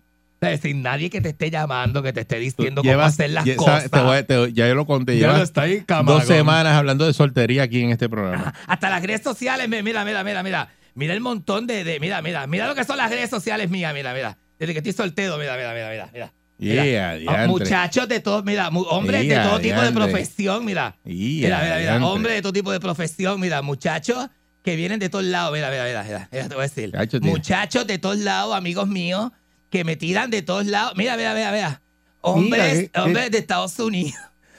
O sea, sin nadie que te esté llamando, que te esté Tú diciendo cómo llevas- hacer las ya- cosas. sabes, te voy a- te- ya yo lo conté. ya lo Llevas está ahí, camarón. dos semanas hablando de soltería aquí en este programa. Hasta las redes sociales, me- mira, mira, mira, mira. Mira el montón de, de- mira, mira, mira lo que son las redes sociales mías, mira, mira. Desde que estoy soltero, mira, mira, mira, mira, mira. Mira, Yeah, Ah, diantre. Muchachos de todo, mira, mu- hombres Yeah, de todo tipo de diantre. profesión, mira. Yeah, Mira, mira, mira, diantre. hombres de todo tipo de profesión, mira, muchachos que vienen de todos lados, mira, mira, mira, mira, mira, te voy a decir. Muchacho, tío. muchachos de todos lados, amigos míos, que me tiran de todos lados. Mira, mira, mira, mira. Hombres, eh, eh. hombres de Estados Unidos,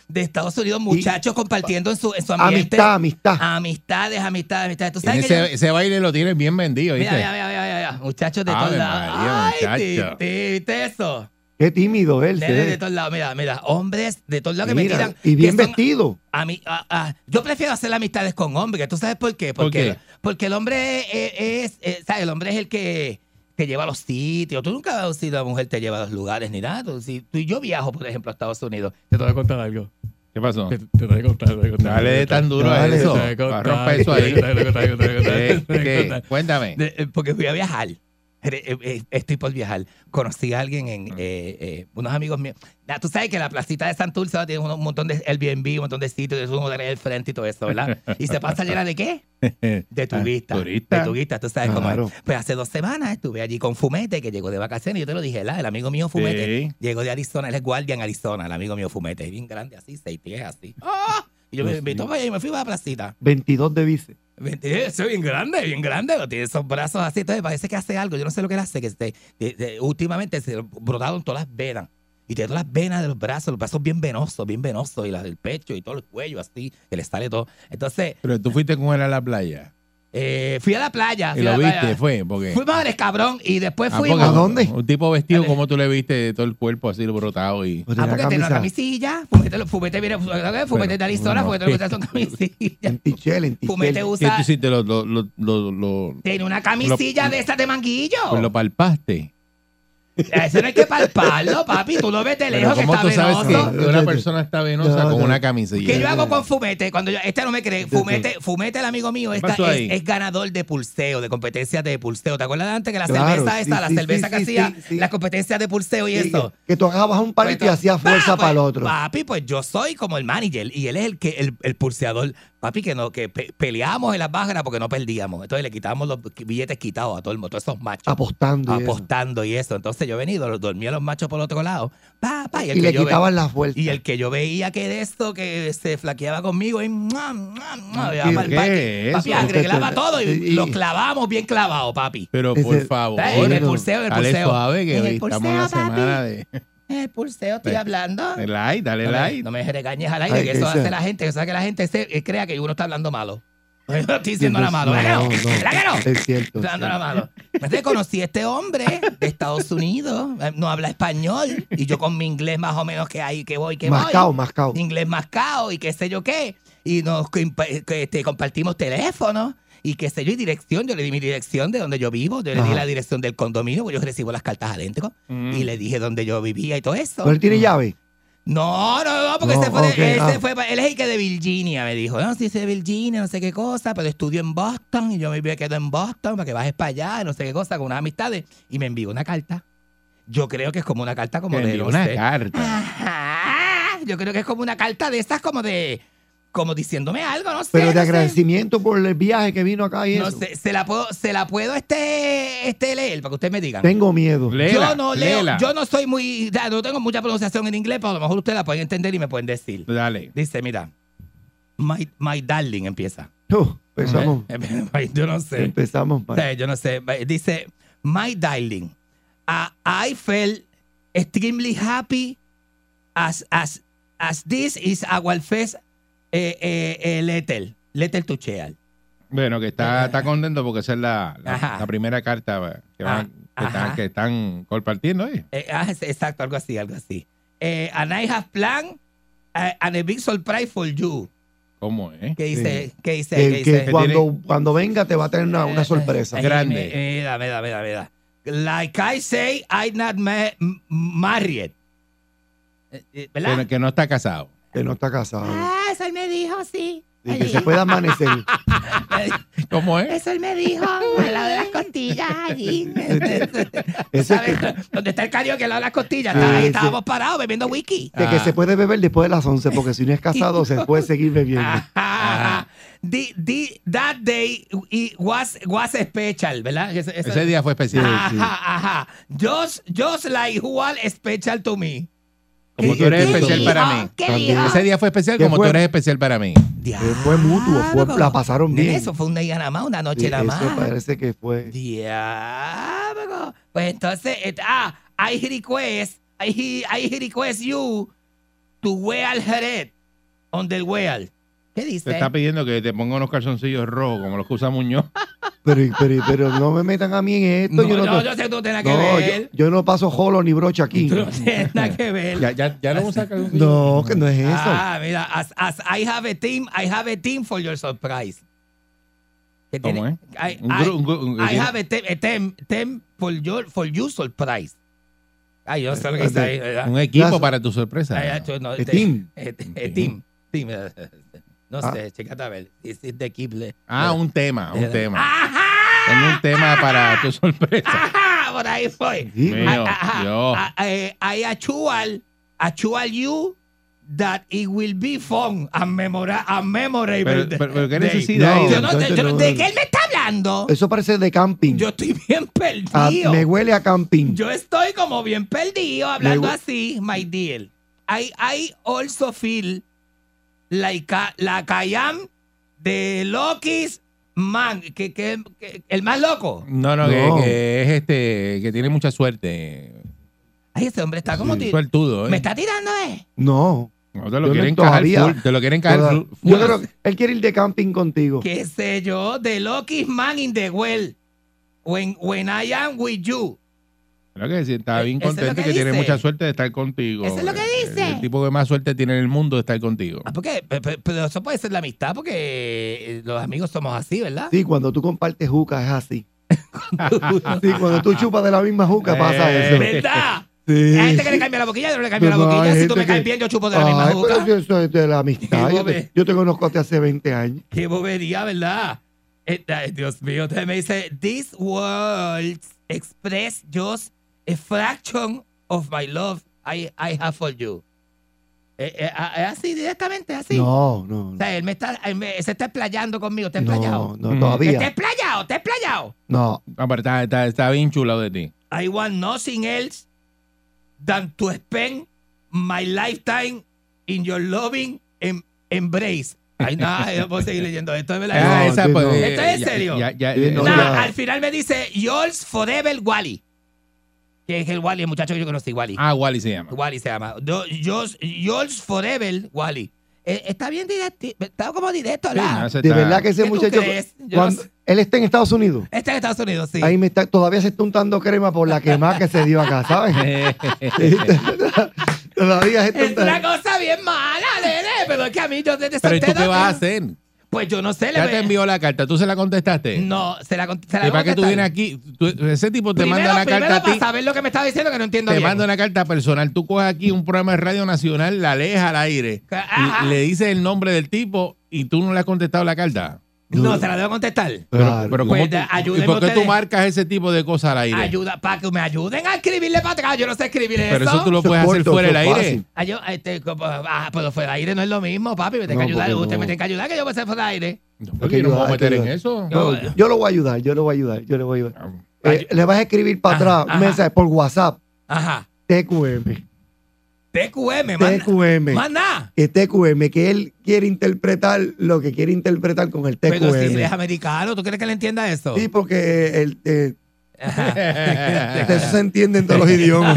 de Estados Unidos, muchachos compartiendo en su, en su ambiente. Amistad, amistad. Amistades, amistades, amistades. ¿Tú Tiene sabes que yo- ese, ese baile lo tienen bien vendido, Mira, ¿viste? mira, mira, mira, mira, mira, muchachos de todos Ave lados. María, Ay, muchacho. Titi, ¿viste eso? Qué tímido él. se Nenes ve. de todos lados, mira, mira, hombres de todos lados que Mira, me tiran. y bien que son- vestido. a mí, a- a- yo prefiero hacer amistades con hombres, ¿tú sabes por qué? ¿Por Porque, qué? porque el hombre e, es, es- es- ¿sabes? El hombre es el que te lleva a los sitios. Tú nunca has sido la mujer te lleva a los lugares ni nada. Tú- si, tú y yo viajo, por ejemplo, a Estados Unidos. Te voy a contar algo. ¿Qué pasó? Te, te voy a contar, te voy a contar. Dale de tan duro a Dale, eso. Te voy a Pa' contar, romper eso te voy a ahí. contar, te voy a contar, te voy a contar, te voy a Eh, contar, te voy a ¿qué? contar. Cuéntame. De- eh, porque voy a viajar. Eh, eh, eh, Estoy por viajar. Conocí a alguien en Ah. eh, eh, unos amigos míos. Nah, Tú sabes que la placita de Santurce ahora tiene un montón de Airbnb, un montón de sitios, es un hotel al frente y todo eso, ¿verdad? ¿Y se pasa llena de qué? De turistas. Ah, turista. De turistas, tú sabes cómo es. Claro. Pues hace dos semanas estuve allí con Fumete, que llegó de vacaciones. Yo te lo dije, ¿verdad? El amigo mío Fumete Sí. llegó de Arizona, él es guardia en Arizona, el amigo mío Fumete. Es bien grande así, seis pies así. ¡Ah! Y yo me Dios invitó mío. para allá y me fui para la placita. 22 de vice. Vente, eh, Eso es bien grande, bien grande. pero Tiene esos brazos así. Entonces parece que hace algo. Yo no sé lo que él hace. Que se- de- de- últimamente se le brotaron todas las venas. Y tiene todas las venas de los brazos. Los brazos bien venosos, bien venosos. Y las del pecho y todo el cuello así. Que le sale todo. Entonces Pero tú fuiste con él a la playa. eh, fui a la playa. Y fui a lo la playa. viste, fue. Porque, Fui madres, cabrón. Y después Ah, fuimos. porque ¿A dónde? Un tipo vestido, Dale. como tú le viste todo el cuerpo así brotado y. Pues Ah, tenía porque tiene una camisilla. Fumete, lo- fumete viene, fumete de Arizona, no. fumete lo que está son camisillas. En Tichel, en Tichel. Fumete ¿Qué tú usa. hiciste? Lo, lo, lo, lo, lo- Tiene una camisilla Lo- de esas de manguillo. pues lo palpaste. A Eso no hay que palparlo, papi. Tú lo ves de Pero lejos que ¿cómo está tú sabes venoso. que una persona está venosa No, con no. una camisilla? ¿Qué yo hago con Fumete? Cuando yo, este no me cree. Fumete, Fumete, el amigo mío, ¿Qué esta pasó ahí? es, es ganador de pulseo, de competencias de pulseo. ¿Te acuerdas de antes que la Claro, cerveza sí, esa, la sí, cerveza sí, que sí, hacía sí, sí. las competencias de pulseo y Sí, eso? Que, que tú agabas un palo y te Pues, hacías fuerza pa, pues, para el otro. Papi, pues yo soy como el manager y él es el que el, el pulseador. Papi, que no, que pe- peleamos en las báscaras porque no perdíamos. Entonces le quitamos los billetes quitados a todo el mundo, todos esos machos. apostando. y eso. apostando y eso. Entonces yo he venido, los- dormía los machos por el otro lado. Pa, pa, y Y, el que le yo ve- quitaban la fuerza. y el que yo veía que de esto, que se flaqueaba conmigo, y mua, mua, mua, ¿Qué iba pa'l es parque. papi, eso? arreglaba todo y Sí. lo clavamos bien clavado, papi. Pero por Ese- favor. Eh, en el bueno, pulseo, en el Dale pulseo. suave que En el hoy estamos en la pulseo, papi. semana de, En el pulseo estoy Eh, hablando. de like, dale No me, like. no me regañes al aire, Ay, que ¿qué eso dice? hace la gente, que sabe que la gente se, eh, crea que uno está hablando malo. Yo no estoy diciendo nada Dios, malo, no, ¿verdad que no? no, ¿Verdad que no? Es cierto. Estoy hablando nada es malo. Entonces conocí a este hombre de Estados Unidos, eh, no habla español, y yo con mi inglés más o menos que ahí, que voy, que cierto. Mascao, voy. mascao. Inglés mascao y qué sé yo qué. Y nos compa- que, este, compartimos teléfonos y qué sé yo, y dirección. Yo le di mi dirección de donde yo vivo, yo le di Ajá. la dirección del condominio, porque yo recibo las cartas adentro, y le dije dónde yo vivía y todo eso. ¿Pero él tiene llave? No, no, no, porque No, se fue de- ok, él, ah. se fue pa- él es el que de Virginia, me dijo. No, sí, soy de Virginia, no sé qué cosa, pero estudio en Boston y yo me quedo en Boston para que bajes para allá, no sé qué cosa, con unas amistades. Y me envió una carta. Yo creo que es como una carta como Que de... envió no una sé. carta. Ajá, yo creo que es como una carta de estas como de... Como diciéndome algo, no sé. Pero de no sé. agradecimiento por el viaje que vino acá y No eso. sé, se la puedo, se la puedo este, este leer para que ustedes me digan. Tengo miedo. Léela, yo no leo, léela. yo no soy muy, ya, no tengo mucha pronunciación en inglés, pero a lo mejor ustedes la pueden entender y me pueden decir. Dale. Dice, mira, my, my darling empieza. Uh, empezamos, Yo no sé. empezamos mal. Eh, Yo no sé. Dice, my darling, uh, I felt extremely happy as, as, as this is our first eh, eh, eh, letter, letter to share. Bueno, que está, está contento porque esa es la, Ajá. la, la primera carta que, van- Ah, que están, ajá. que están compartiendo. ¿eh? Eh, ah, es- exacto, algo así, algo así. Eh, and I have plan eh, and a big surprise for you. ¿Cómo es? ¿Qué dice? ¿Qué dice? ¿Qué Que, dice? que cuando, cuando venga te va a tener una, una sorpresa. Ay, Grande. eh, Mira, mira, mira, mira. Like I say, I not ma- m- married. Eh, eh, ¿Verdad? Que, que no está casado. Que no está casado. Ah, eso él me dijo, sí. Y que se puede amanecer. ¿Cómo es? Eso él me dijo al lado de las costillas allí. Ese ¿Sabes? que- Donde está el karaoke al lado de las costillas. Sí, Ahí sí. estábamos parados bebiendo whisky. Ah, De que se puede beber después de las 11, porque si no es casado se puede seguir bebiendo. Ajá, ajá. The- the- ah. that day it was, was special, ¿verdad? Ese- ese- Ese día fue especial. Ajá, ajá. Just, just like who are special to me. Como ¿Qué- tú eres qué especial dijo? para mí. ¿Qué dijo? Ese día fue especial ¿Qué como fue? tú eres especial para mí. Eh, fue mutuo, fue- la pasaron Nene, bien. Eso fue una día nada más, una noche Sí, nada más. eso parece que fue. Diablo. Pues entonces, et- ah, I request, I, he- I request you to wear her head on the well. ¿Qué Te dice? está pidiendo que te ponga unos calzoncillos rojos como los que usa Muñoz. Pero, pero, pero no me metan a mí en esto. No, yo no, no, te- yo sé que tú no tienes nada que no, yo, ver. yo no paso jolo ni brocha aquí. Tú no tienes nada que ver. Ya, ya, ya no usa calzoncillos. No, que no es eso. Ah, mira, as, as I have a team, I have a team for your surprise. ¿Qué ¿Cómo tiene? es? I, Un gru- un gru- un- I- I have a team, a team, team for your for you surprise. Ay, yo no sé lo que está ahí. ¿verdad? un equipo Plaza. para tu sorpresa. Ay, ay, yo no- A team. eh, eh, team. Team. eh, No Ah. sé, chécate a ver. Is it the keep le- Ah, un tema, le- un tema. ¡Ajá! Tengo un tema para tu sorpresa. ¡Ajá! Ah, Por ahí voy. Sí, Mío, Ah, ah, ah, Dios. ah, eh, I assure, assure you that it will be fun and, memora- and memorable. Pero- pero- pero ¿qué day. necesidad No, hay de- Yo no- yo no- Entonces, no, ¿De no. qué él me está hablando? Eso parece de camping. Yo estoy bien Ah, perdido. me huele a camping. Yo estoy como bien perdido hablando Me gu- así, my dear. I, I also feel la, Ica- la Cayam de Loki's Man, que, que- que- el más loco. No, no, No. Que, que es este, que tiene mucha suerte. Ay, ese hombre está como ti- Suertudo, ¿eh? Me está tirando, ¿eh? No. No, te lo Yo quieren no- encajar todavía- full, Te lo quieren encajar Toda- full. Yo creo que él quiere ir de camping contigo. ¿Qué sé yo? The Loki's Man in the Well. When, when I am with you. Creo que sí, está bien E-, Eso es lo contento y que que tiene dice. mucha suerte de estar contigo. Eso es lo que Eh, dice. El tipo que más suerte tiene en el mundo de estar contigo. Ah, porque, pe- pe- pero eso puede ser la amistad porque eh, los amigos somos así, ¿verdad? Sí, cuando tú compartes juca es así. Sí, cuando tú chupas de la misma juca pasa Eh, eso. ¿Verdad? Sí. Hay gente que le cambia la boquilla, yo no le cambio No, la no, hay boquilla. Si tú gente me caes que- Ah, eh, bien, yo chupo de la misma Ay, boca. pero yo soy de la amistad. Yo te, yo te conozco desde hace 20 años. Qué bobería, ¿verdad? Eh, ay, Dios mío, usted me dice, This world express just a fraction of my love I, I have for you. Eh, eh, ah, ¿Es así directamente? ¿Es así? No, Oh, no. O no. sea, él me está, él me- se está explayando conmigo, está No, explayado. no, Está todavía. explayado, está explayado. No. Ah, pero está, está- está bien chulado de ti. I want nothing else than to spend my lifetime in your loving em- embrace. Ay, no, yo puedo seguir leyendo esto, de verdad. Ah, No, sí, no. eh, ¿Esto es ya- serio? ya- ya- Sí, eh, no, Nah, ya. al final me dice Yours Forever Wally. Que es el Wally, el muchacho que yo conocí, Wally. Ah, Wally se llama. Wally se llama. Do- Yours, yours Forever Wally. Eh, está bien directo, está como directo, Sí, ¿verdad? no, ese De está- verdad que ese ¿Qué tú muchacho. crees? Yo cuando- no sé. él está en Estados Unidos. Está en Estados Unidos, sí. Ahí me está, todavía se está untando crema por la quemada que se dio acá, ¿sabes? todavía se está Es una untando. cosa bien mala, nene, pero es que a mí yo desde Pero ¿y tú soltero qué vas a que- hacer? Pues yo no sé, le Ya te envió la carta, ¿tú se la contestaste? No, se la, con- Mm, se la ¿Y para qué tú contestar. vienes aquí? Tú- ese tipo te Primero- manda una primero carta a ti. para saber lo que me estaba diciendo que no entiendo Te bien. manda una carta personal. Tú coges aquí un programa de Radio Nacional, la lees al aire. Ajá. Le, le dices el nombre del tipo y tú no le has contestado la carta. No, se la debo contestar. Claro. Pero ¿cómo Pues, tú- ayúdenme ¿Y por qué tú ustedes. marcas ese tipo de cosas al aire? Ayuda, para que me ayuden a escribirle para atrás. Yo no sé escribir Pero eso. eso tú lo puedes Eso es hacer corto, fuera del eso es aire. fácil. Ah, yo, este, como- ah, pero fuera de aire no es lo mismo, papi. Me tiene No, que ayudar. porque Usted no. me tiene que ayudar que yo voy a ser fuera de aire. No, porque yo no me puedo Hay que meter en ayudar. eso. Ah, Yo- No, yo lo voy a ayudar, yo lo voy a ayudar, yo le voy a ayudar. Eh, Ay- le vas a escribir para Ajá, atrás ajá. un mensaje por WhatsApp, Ajá. TQM. TQM, más na- TQM. más nada. Que TQM, que él quiere interpretar lo que quiere interpretar con el TQM. Pero si eres americano, ¿tú crees que le entienda eso? Sí, porque el, eh, eso se Ajá. entiende en todos los idiomas.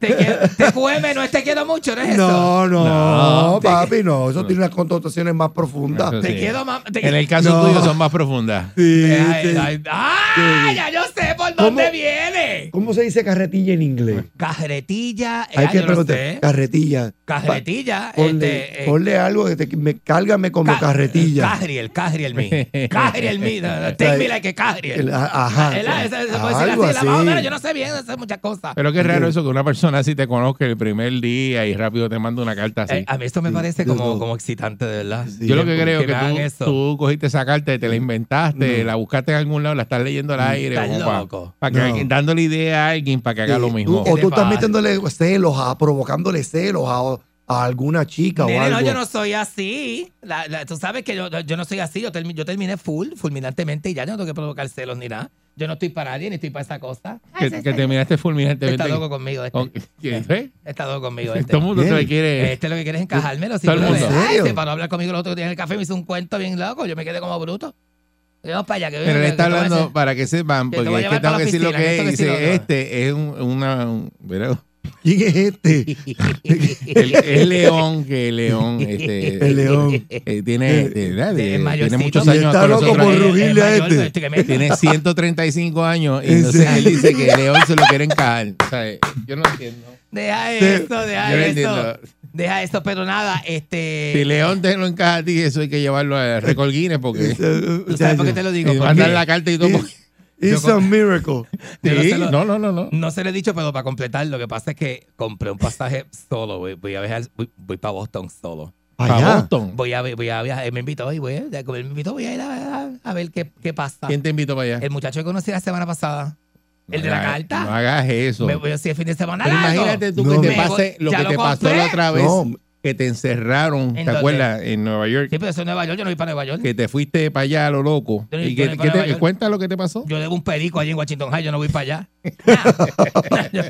Te quiero- TQM no es te quiero mucho, no es eso. No, no, No, papi, no. Eso tiene unas connotaciones más profundas. Eso Te sí. quiero más. Te En el quiero- caso No. tuyo son más profundas. Sí, Ay, sí. ay, ¡Ah! Ya yo sé por dónde ¿Cómo? viene. ¿Cómo se dice carretilla en inglés? Carretilla. eh, Hay ah, que yo no preguntar. sé. Carretilla. Carretilla. Pa- Ponle, este, eh, ponle algo que te- me, cálgame como Ca- carretilla. Cajriel, Cajriel me. Cajriel me. No, no, Take me like a Cajriel. El- a- ajá. El- esa- esa- esa- puede decir algo así, la así. más o menos, yo no sé bien hacer muchas cosas. Pero qué raro eso que una persona así te conozca el primer día y rápido te manda una carta así. Eh, a mí esto me Sí, parece yo como, no. como excitante, de verdad. Sí, Mm. Yo lo que porque creo que que, me hagan tú, eso. tú cogiste esa carta y te la inventaste, la buscaste en algún lado, la estás leyendo al aire. Estás como pa- loco. pa que Mm. No. alguien- dándole idea a alguien para que haga Sí, lo tú- mismo. ¿Qué o te tú estás pasa? metiéndole celos, a, provocándole celos a, a alguna chica Nene, o algo. no, yo no soy así. La- la- tú sabes que yo, yo no soy así. Yo, termi- yo terminé full, fulminantemente, y ya yo no tengo que provocar celos ni nada. Yo no estoy para alguien, ni estoy para esa cosa. que, Ay, sí, que sí. te miraste fulminantemente. Está loco conmigo este. Ok, ¿eh? Está loco conmigo este. Todo el mundo se le quiere. Este lo que quiere es encajármelo. Si Todo el tú lo ves. mundo. ¿En Ay, serio? Pues, se paró a hablar conmigo el otro día en el café me hizo un cuento bien loco. Yo me quedé como bruto. Vamos para allá. Que Pero él que- está que te voy a hablando decir- para que sepan, que te voy porque a es que llevar tengo para que la decir lo que oficina, es. que esto que sí, Dice, no, no. este es un- una... un- ¿verdad? ¿Quién es este? El, el león, que el león, este, El león. eh, tiene, Eh, eh, ¿verdad? eh, Eh, mayorcito. tiene muchos Y años está con loco nosotros. por Él- rugir. rugirle a mayor, este. estoy que me- Tiene 135 años y ¿En entonces serio? él dice que León se lo quiere encajar. O sea, yo no entiendo. Deja eso, deja Yo lo eso. entiendo. Deja eso, pero nada, este. Si León te lo encaja a ti, eso hay que llevarlo a Record Guinness porque ¿Tú sabes por qué te lo digo? y Porque mandar la carta y todo. Sí. It's a miracle. yo no Sí, se lo- no, no, no, no. No se lo he dicho, pero para completar, lo que pasa es que compré un pasaje solo. Voy, voy a viajar, voy, para Boston solo. Para Para allá. Boston. Voy a, voy a viajar, él me invitó y voy a, como él me invitó, voy a ir a, a- a ver qué, qué pasa. ¿Quién te invitó para allá? El muchacho que conocí la semana pasada, el No de la hagas- carta. No hagas eso. Me voy a decir el fin de semana. Pero largo. imagínate tú No, que te me pase voy- lo ya que lo te pasó compré. la otra vez. No, que te encerraron, ¿te Entonces- acuerdas? En Nueva York, Sí, pero eso es Nueva York, yo no voy para Nueva York. que te fuiste para allá a lo loco. Yo no ¿Y estoy que, para que te- Nueva York. cuenta lo que te pasó? Yo debo un perico allí en Washington High, yo no voy para allá. yo,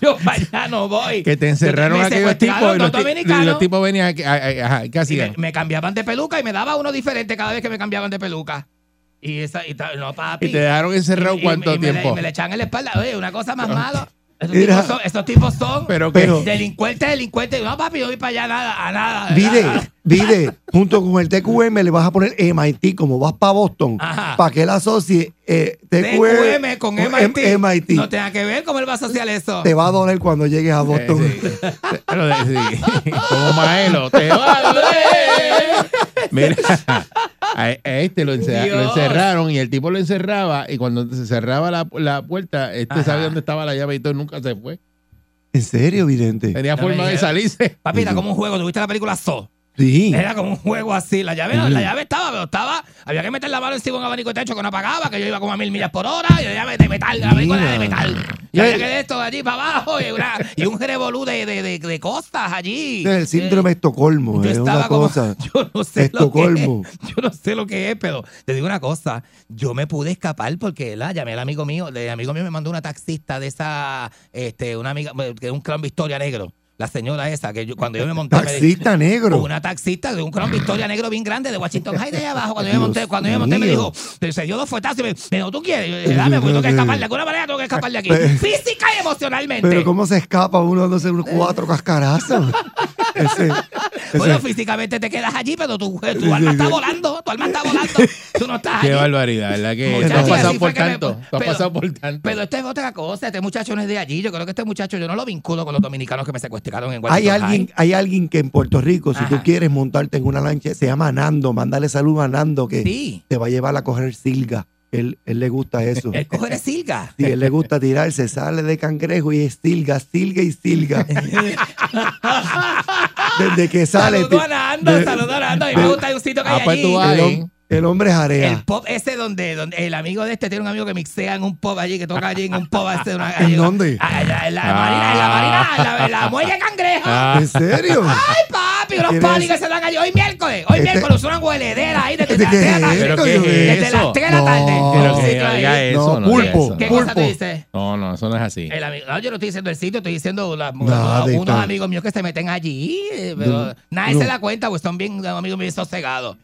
yo para allá Ah, no voy. Que te encerraron Me aquellos tipos secuestraron y los, dos ti- dominicanos. y los tipos venían aquí, a- a- ajá, ¿qué Y hacían? me, me cambiaban de peluca y me daba uno diferente cada vez que me cambiaban de peluca. Y esa, y tal, no, papi. Y te dejaron encerrado Y- y- cuánto y me le- tiempo. y me le echaban en la espalda. Oye, una cosa más mala. Esos Mira. tipos, son, esos tipos son pero que Pero- delincuentes, delincuentes. No, papi, yo voy para allá nada, a nada. de nada. Vide, vide, junto con el TQM le vas a poner MIT, como vas para Boston, Ajá. para que él asocie eh, TQM con MIT. M- MIT. No tenga que ver cómo él va a asociar eso. Te va a doler cuando llegues a Boston. Eh, sí. Pero de- sí. Como Maelo, te va a doler. Mira, a, a este lo, encerra- lo Dios. encerraron y el tipo lo encerraba y cuando se cerraba la, la puerta, este Ajá. sabía dónde estaba la llave y todo y nunca se fue. ¿En serio, vidente? Tenía No forma me de digas. salirse. Papi, era como un juego. ¿Tuviste la película So? Sí. Era como un juego así. La llave, no, la llave estaba, pero estaba. Había que meter la mano encima de un abanico de techo que no apagaba, que yo iba como a mil millas por hora. Y la llave de metal, la abanico era de metal. Y había que de esto de allí para abajo. Y, una- y un revolú de, de, de, de costas allí. Eh, Este es el síndrome de Estocolmo, Yo es estaba una como- cosa. Yo no sé Estocolmo. lo que es. Yo no sé lo que es, pero te digo una cosa. Yo me pude escapar porque la llamé al amigo mío. El amigo mío me mandó una taxista de esa, este, una amiga, que es un clan Victoria Negro. La señora esa, que yo, cuando yo me monté. me dijo- Taxista negro. una taxista de un Crown Victoria negro bien grande de Washington High de allá abajo. Cuando yo Dios me monté, cuando yo me, monté me mío. dijo, se dio dos fuetazos y me me dijo, ¿tú quieres? Yo dije, dame, porque tengo que escapar. De alguna manera tengo que escapar de aquí. Física y emocionalmente. eh, Pero ¿cómo se escapa uno dándose unos cuatro cascarazos? Ese- ese- bueno, físicamente te quedas allí, pero tu, tu alma está volando. Tu alma está volando. Tú no estás allí. Qué barbaridad, ¿verdad? Que tú Muchachos, has pasado así por fue que me- tanto. Tú has pero- pasado por tanto. Pero este es otra cosa. Este muchacho no es de allí. Yo creo que este muchacho yo no lo vinculo con los dominicanos que me secuestraron en Hay Washington alguien, High. hay alguien que en Puerto Rico, si tú Ajá. quieres montarte en una lancha, se llama Nando. Mándale salud a Nando que Sí. te va a llevar a coger silga. Él, él le gusta eso. El coger es silga. Sí, él le gusta tirarse, sale de cangrejo y es silga, silga y silga. Desde que sale. Saludó a ti- Nando, de- saludó a Nando. A mí me gusta hay un sitio que Ah, hay pues allí. tú vas el, ahí. hom- el hombre El jarea. pop ese donde, donde el amigo de este tiene un amigo que mixea en un pop allí, que toca allí en un pop ese. Una, ¿En dónde? Allá, en la marina, en la marina, en la, en la muelle de cangrejo. Ah. ¿En serio? Ay, papi, unos ¿Quién palis es? que se dan allí. Hoy miércoles, hoy Este- miércoles usan hueledera ahí desde ¿Este las qué 3 de la es? tarde. Pero esto, que yo- Desde es las eso. 3 de la No. tarde. Pero Sí, que claro, ahí. oiga eso. No, no diga pulpo, eso. ¿Qué pulpo. cosa tú dices? No, no, eso no es así. El amigo, no, yo no estoy diciendo el sitio, estoy diciendo la- Nada, unos está. amigos míos que se meten allí, eh, pero nadie se da cuenta, pues son bien amigos míos sosegados.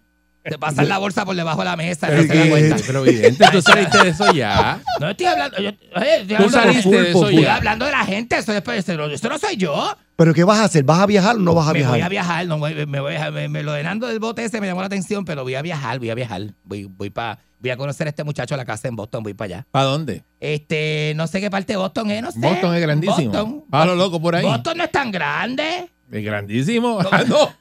Se pasan la bolsa por debajo de la mesa, Pero, no se dan que- cuenta. evidente, pero evidente, tú saliste de eso ya. No estoy hablando. Yo, oye, estoy Tú hablando, saliste de pulpo, eso estoy ya. hablando de la gente. Eso, después- esto, no- esto no soy yo. ¿Pero qué vas a hacer? ¿Vas a viajar o no vas a me voy a viajar? viajar. No, voy- me voy a- me- me- lo de Nando del bote ese me llamó la atención, pero voy a viajar, voy a viajar. Voy, voy, pa- voy a conocer a este muchacho a la casa en Boston, voy para allá. ¿Para dónde? Este, no sé qué parte de Boston es, no sé. Boston es grandísimo. Boston, A lo loco por ahí. Boston no es tan grande. Es grandísimo. Ah, no.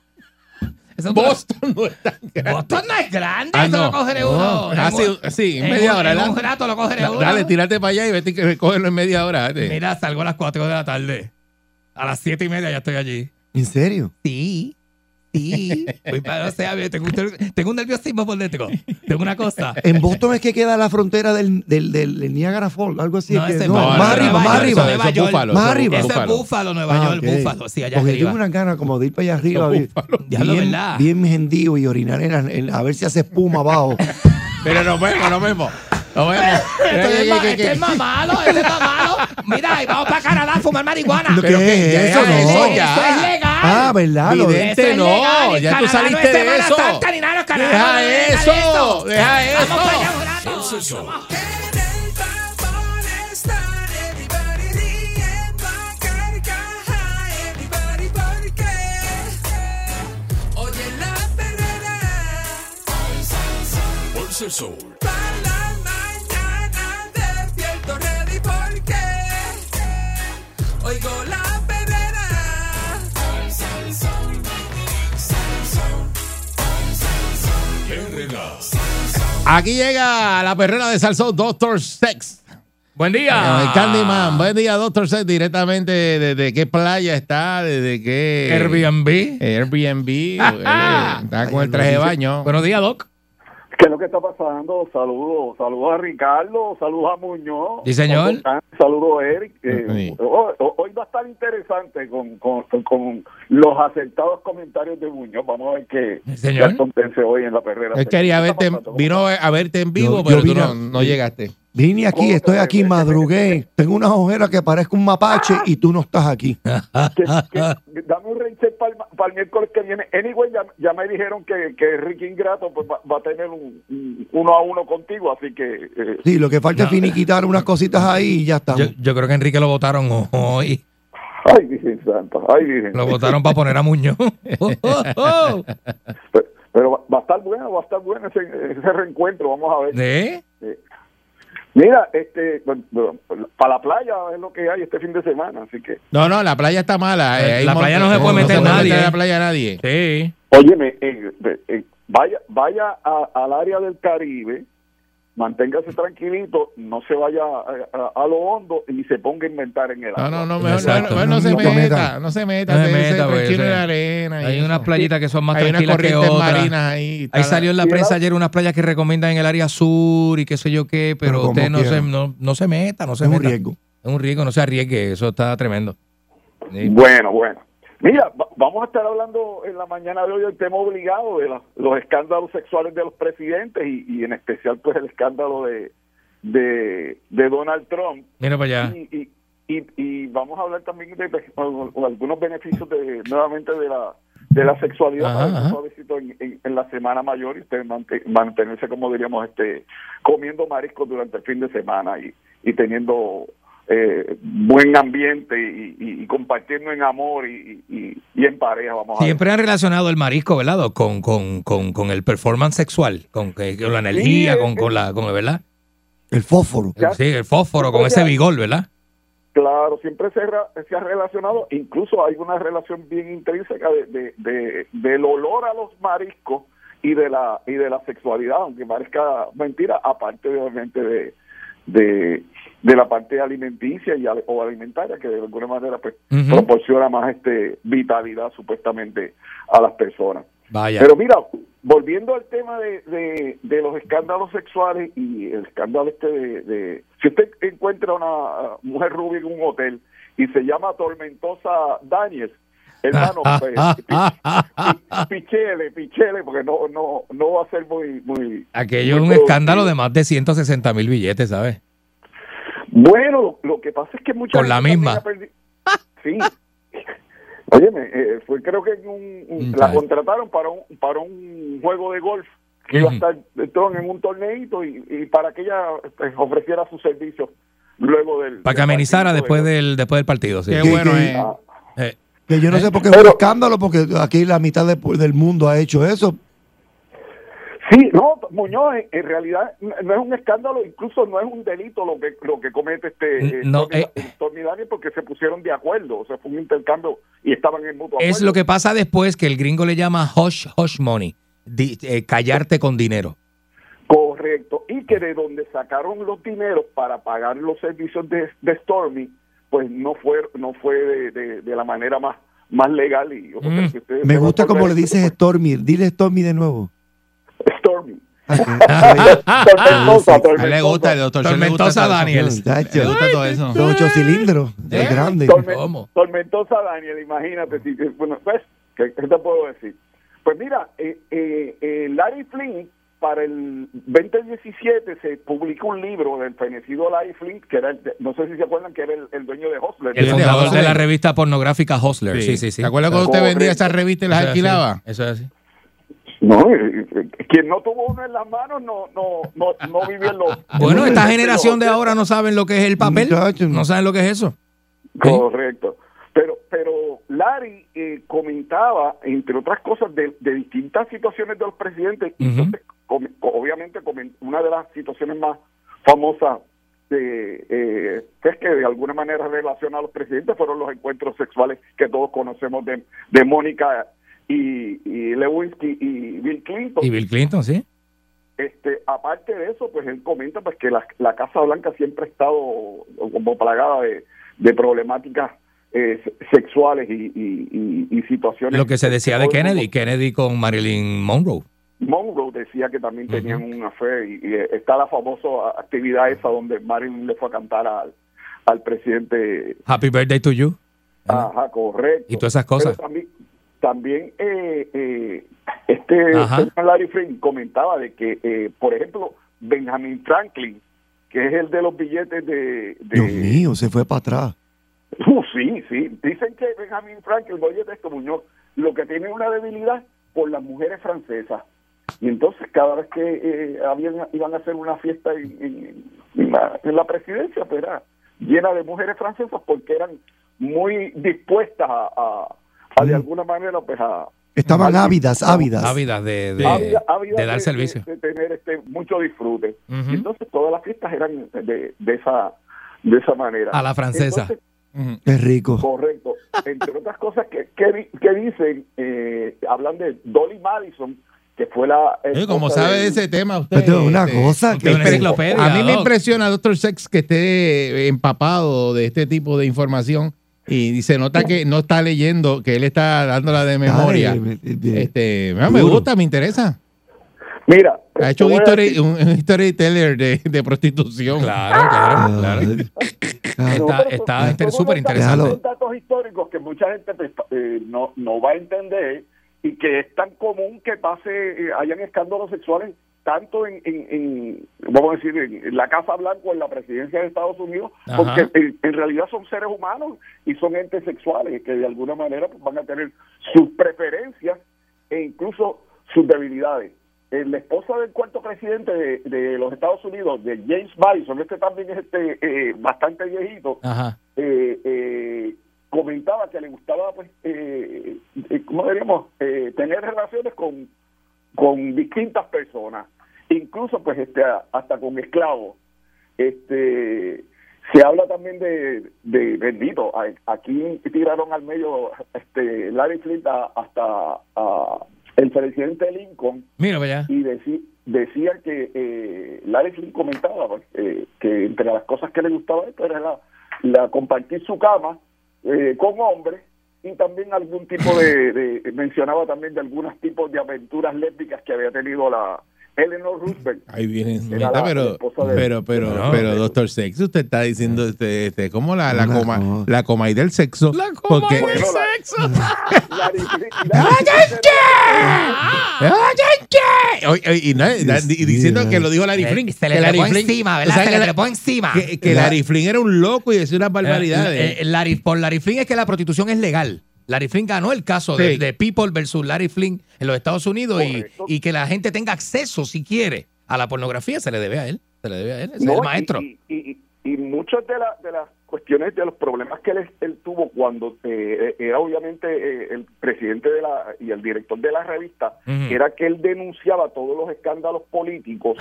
Eso- Boston no es tan grande. Boston no es grande. Ah, eso no. lo cogeré No. uno. Ah, sí, un- sí, en media un- hora, En ¿verdad? un rato lo cogeré Da- uno. Dale, tírate para allá y vete que recogerlo en media hora. vete. Mira, salgo a las 4 de la tarde. A las 7 y media ya estoy allí. ¿En serio? Sí, sí. Voy para, o sea, tengo, un- tengo un nerviosismo por dentro. Tengo una cosa. En Boston es que queda la frontera del, del, del, del Niagara Falls, algo así. que- no, ese es Nueva más York, arriba, Nueva más arriba. York, eso es Eso Nueva es York. Búfalo, Más eso es arriba. Ese es Búfalo. Búfalo, Nueva Ah, York, ok. Búfalo. Sí, allá Porque arriba. tengo unas ganas como de ir para allá arriba. Bien, Diablo, bien, ¿verdad? bien mendío y orinar en la- en- a ver si hace espuma abajo. Pero nos vemos, nos vemos. Nos vemos. Este Eh, es eh, ma- eh, este eh, es más malo, este es más malo. Mira, y vamos para Canadá a fumar marihuana. Lo Pero ¿Qué que es ya, eso? ya, No. eso, eso es legal. Ah, ¿verdad? Lo- Vidente. Eso es no, legal. En ya tú Canadá saliste no es de Semana eso. Santa ni nada, los canadianos Deja no ven nada de eso, deja eso. Vamos para allá, Horacio. Oye la perrera. Pulsa el sol. Para la mañana despierto ready porque oigo la perrera. Aquí llega la perrera de Salsón, Doctor Sex. Buen Eh, día. Candyman, buen día, Doctor Sex. Directamente desde qué playa está, desde qué. Airbnb. Airbnb. eh, está con el traje de baño. Buenos días, Doc. ¿Qué es lo que está pasando? Saludos, saludos a Ricardo, saludos a Muñoz. Sí, señor. Saludos a Eric. Eh, Sí. ho- ho- hoy va a estar interesante con, con, con los acertados comentarios de Muñoz. Vamos a ver qué Sí, señor. qué acontece hoy en la perrera. Él quería ¿Qué está verte, pasando? vino eh, a verte en vivo, Yo- yo pero tú vine no, a- no llegaste. Vine Oh, aquí, estoy aquí, madrugué. Tengo unas ojeras que parezco un mapache y tú no estás aquí. ¿Qué- qué- dame un reset para el miércoles que viene. Anyway, ya, ya me dijeron que, que Ricky Ingrato pues, va, va a tener un, un uno a uno contigo, así que... eh, Sí, lo que falta es finiquitar unas cositas ahí y ya está. Yo, yo creo que a Enrique lo votaron hoy. ay, Virgen Santa, ay, Virgen. Lo votaron para poner a Muñoz. Pero, pero va, va a estar bueno, va a estar bueno ese, ese reencuentro, vamos a ver. ¿Eh? Mira, este, bueno, bueno, para la playa es lo que hay este fin de semana, así que... No, no, la playa está mala. eh, hay La mon- playa no se puede meter nadie, en eh. la playa nadie. Sí. Óyeme, eh, eh, eh, vaya, vaya a- al área del Caribe, manténgase tranquilito, no se vaya a, a- a lo hondo y se ponga a inventar en el No, agua. no, no, mejor, Exacto. no, no, no se No te meta, metas. no se meta, No se déjese meta, pues, porque tranquilo en se- la arena. y Hay eso. unas playitas que son más Hay unas tranquilas que corrientes otras. marinas ahí. está Ahí la- salió en la prensa ayer unas playas que recomiendan en el área sur y qué sé yo qué, pero, Pero como usted no quiera. se, no, no se meta, no se es un meta. riesgo. Es un riesgo, no se arriesgue, eso está tremendo. Sí. Bueno, bueno. Mira, va- vamos a estar hablando en la mañana de hoy del tema obligado de la- los escándalos sexuales de los presidentes y, y en especial pues el escándalo de, de, de Donald Trump. Mira para allá. Y, y, y- y vamos a hablar también de, de- o- o algunos beneficios de, nuevamente de la de la sexualidad Ajá, para darse ajá. suavecito en, en- en la semana mayor y ustedes mante- mantenerse como diríamos este comiendo mariscos durante el fin de semana y, y teniendo eh, buen ambiente y, y- y compartiendo en amor y, y- y en pareja vamos a ver. Siempre han relacionado el marisco, ¿verdad? Doc? Con, con, con, con el performance sexual, con, que- con la energía, Sí, con, eh, con la, con, ¿verdad? El fósforo. Ya. Sí, el fósforo, con Ya. ese vigor, ¿verdad? Claro, siempre se, ra- se ha relacionado, incluso hay una relación bien intrínseca de, de- de- del olor a los mariscos y de la y de la sexualidad, aunque parezca mentira, aparte de, obviamente de, de, de la parte alimenticia y al- o alimentaria que de alguna manera pues, Ujú. proporciona más este vitalidad supuestamente a las personas. Vaya. Pero mira, volviendo al tema de, de- de los escándalos sexuales y el escándalo este de, de- Si usted encuentra una ah, mujer rubia en un hotel y se llama Tormentosa Daniels, hermano, pues, pi- pichele, pichele, porque no, no, no va a ser muy... muy muy Aquello es un productivo. escándalo de más de 160 mil billetes, ¿sabes? Bueno, lo, lo que pasa es que muchas Con la misma. Sí. Óyeme, eh, fue creo que en un- un- la Ay. contrataron para un, para un juego de golf que iba a Ujú. estar Tron en un torneito y, y para que ella eh, ofreciera sus servicios luego del... Para que del amenizara partido después golf. del, después del partido, sí. Qué Sí, bueno sí. es. Ah, Eh, Que yo no sé por qué es un Pero- escándalo, porque aquí la mitad de- del mundo ha hecho eso. Sí, no, Muñoz, en, en realidad no no es un escándalo, incluso no es un delito lo que lo que comete este eh, No, Tony- eh. Tony Daniel porque se pusieron de acuerdo, o sea, fue un intercambio y estaban en mutuo acuerdo. es lo que pasa después que el gringo le llama hush, hush money, di- eh, callarte con dinero. Correcto. Y que de donde sacaron los dineros para pagar los servicios de, de Stormy, pues no fue, no fue de, de- de la manera más, más legal. Y, o sea, Mm. que ustedes Me se gusta van a como le volver- dices Stormy. Dile Stormy de nuevo. Stormy. Ocho Tormentosa, A él le gusta, el doctor Chen le gusta Tormentosa todo eso. Daniel. Le gusta todo eso. cilindros. Eh, Es grande. Tormen- ¿Cómo? Tormentosa Daniel, imagínate. Si, bueno, pues, ¿qué, qué te puedo decir? Pues mira, eh, eh, eh, Larry Flynn, para el 2017 se publicó un libro del fenecido Larry Flynn, que era, el de- no sé si se acuerdan, que era el, el dueño de Hustler. El Sí, fundador Hustler. de la revista pornográfica Hustler. Sí, sí, sí. ¿Te acuerdas cuando usted Correcto. vendía esas revistas y las Eso es así, alquilaba? Eso es así. No, eh, eh, quien no tuvo uno en las manos no, no, no, no vivió en los... Ah, Bueno, en esta los- generación de ahora no saben lo que es el papel. Muchachos. No saben lo que es eso. Correcto. Pero, pero Larry eh, comentaba, entre otras cosas, de, de distintas situaciones de los presidentes. y Ujú. entonces, com- co- obviamente, comen- una de las situaciones más famosas de, eh, que es que de alguna manera relaciona a los presidentes fueron los encuentros sexuales que todos conocemos de, de Mónica y, y Lewinsky y Bill Clinton. Y Bill Clinton, sí. Este, aparte de eso, pues él comenta pues que la, la Casa Blanca siempre ha estado como plagada de, de problemáticas eh, se- sexuales y, y- y- y situaciones. Lo que se decía de Kennedy, Kennedy con Marilyn Monroe. Monroe decía que también tenían una fe y, y, eh, está la famosa actividad esa donde Marilyn le fue a cantar al, al presidente Happy birthday to you. ¿verdad? Ajá, correcto. ¿Eh? Y todas esas cosas. Pero también, también eh, eh, este Ajá. señor Larry Flynn comentaba de que, eh, por ejemplo, Benjamin Franklin, que es el de los billetes de... de- Dios mío, se fue para atrás. Uh, sí, sí. Dicen que Benjamin Franklin, oye, esto, Muñoz, lo que tiene una debilidad por las mujeres francesas. Y entonces, cada vez que eh, habían, iban a hacer una fiesta en, en- en la, en la presidencia, pues era llena de mujeres francesas porque eran muy dispuestas a, a- a, de alguna manera, pues a. Estaban a- ávidas, ávidas. Ávidas de, de- ávida- ávida de dar servicio. de tener este, mucho disfrute. Ujú. Y Entonces, todas las fiestas eran de, de esa, de esa manera. A la francesa. Entonces, Qué rico. Correcto. Entre otras cosas que, que, di- que dicen, eh, hablan de Dolly Madison, que fue la... Oye, Eh, como esposa sabe de- de ese tema usted. Esto es una este, cosa Usted es una Pero- enciclopedia. A mí me Doc. impresiona, doctor Sex, que esté eh, empapado de este tipo de información y y se nota que no está leyendo, que él está dándola de memoria. Dale, de- de- Este, ah, me Duro. gusta, me interesa. Mira. Ha hecho un, te voy a history, decir- un, un storyteller de, de prostitución. Claro, claro, claro. Ah, No, está- pero son- está inter- son unos superinteresante. datos- datos históricos que mucha gente pues, eh, no, no va a entender y que es tan común que pase, eh, hayan escándalos sexuales tanto en, en, en, vamos a decir, en la Casa Blanca o en la presidencia de Estados Unidos, Ajá. porque en, en realidad son seres humanos y son entes sexuales que de alguna manera pues, van a tener sus preferencias e incluso sus debilidades. Eh, La esposa del cuarto presidente de, de los Estados Unidos, de James Madison, este también es este, eh, bastante viejito, Ajá. eh, eh, comentaba que le gustaba, pues, eh, eh, ¿cómo diríamos?, Eh, tener relaciones con, con distintas personas, incluso, pues, este, a- hasta con esclavos. Este, se habla también de, de bendito, a- aquí tiraron al medio este, Larry Flint a- hasta a el presidente Lincoln Mira, vaya. y deci- decía que eh, Larry Flynn comentaba pues, eh, que entre las cosas que le gustaba a esto era la, la compartir su cama eh, con hombres y también algún tipo de, de- mencionaba también de algunos tipos de aventuras lésbicas que había tenido la Eleanor Roosevelt Ahí viene. Era la- la pero, esposa de- pero, pero, No, pero, pero- doctor Sex, usted está diciendo este, este, como la, la Una coma, cosa. la coma y del sexo. La coma porque- del Bueno, la- sexo. Larry Flynn- ¡Oye, ¿qué? Oye, oye, y, no, da- di- y diciendo mío. que lo dijo Larry Flynn. Se le que Larry trepó Flynn- encima, o sea, ¿verdad? Se que le la- trepó encima. Que, que La- Larry Flynn era un loco y decía unas Eh, barbaridades. eh, Larry- por Larry Flynn es que la prostitución es legal. Larry Flynn ganó el caso de, Sí. de People versus Larry Flynn en los Estados Unidos y, Correcto. y que la gente tenga acceso, si quiere, a la pornografía. Se le debe a él. Se le debe a él. Ese No, es y- el maestro. Y, y- y muchas de, la- de las cuestiones, de los problemas que él, él tuvo cuando eh, era obviamente eh, el presidente de la, y el director de la revista, Ujú. era que él denunciaba todos los escándalos políticos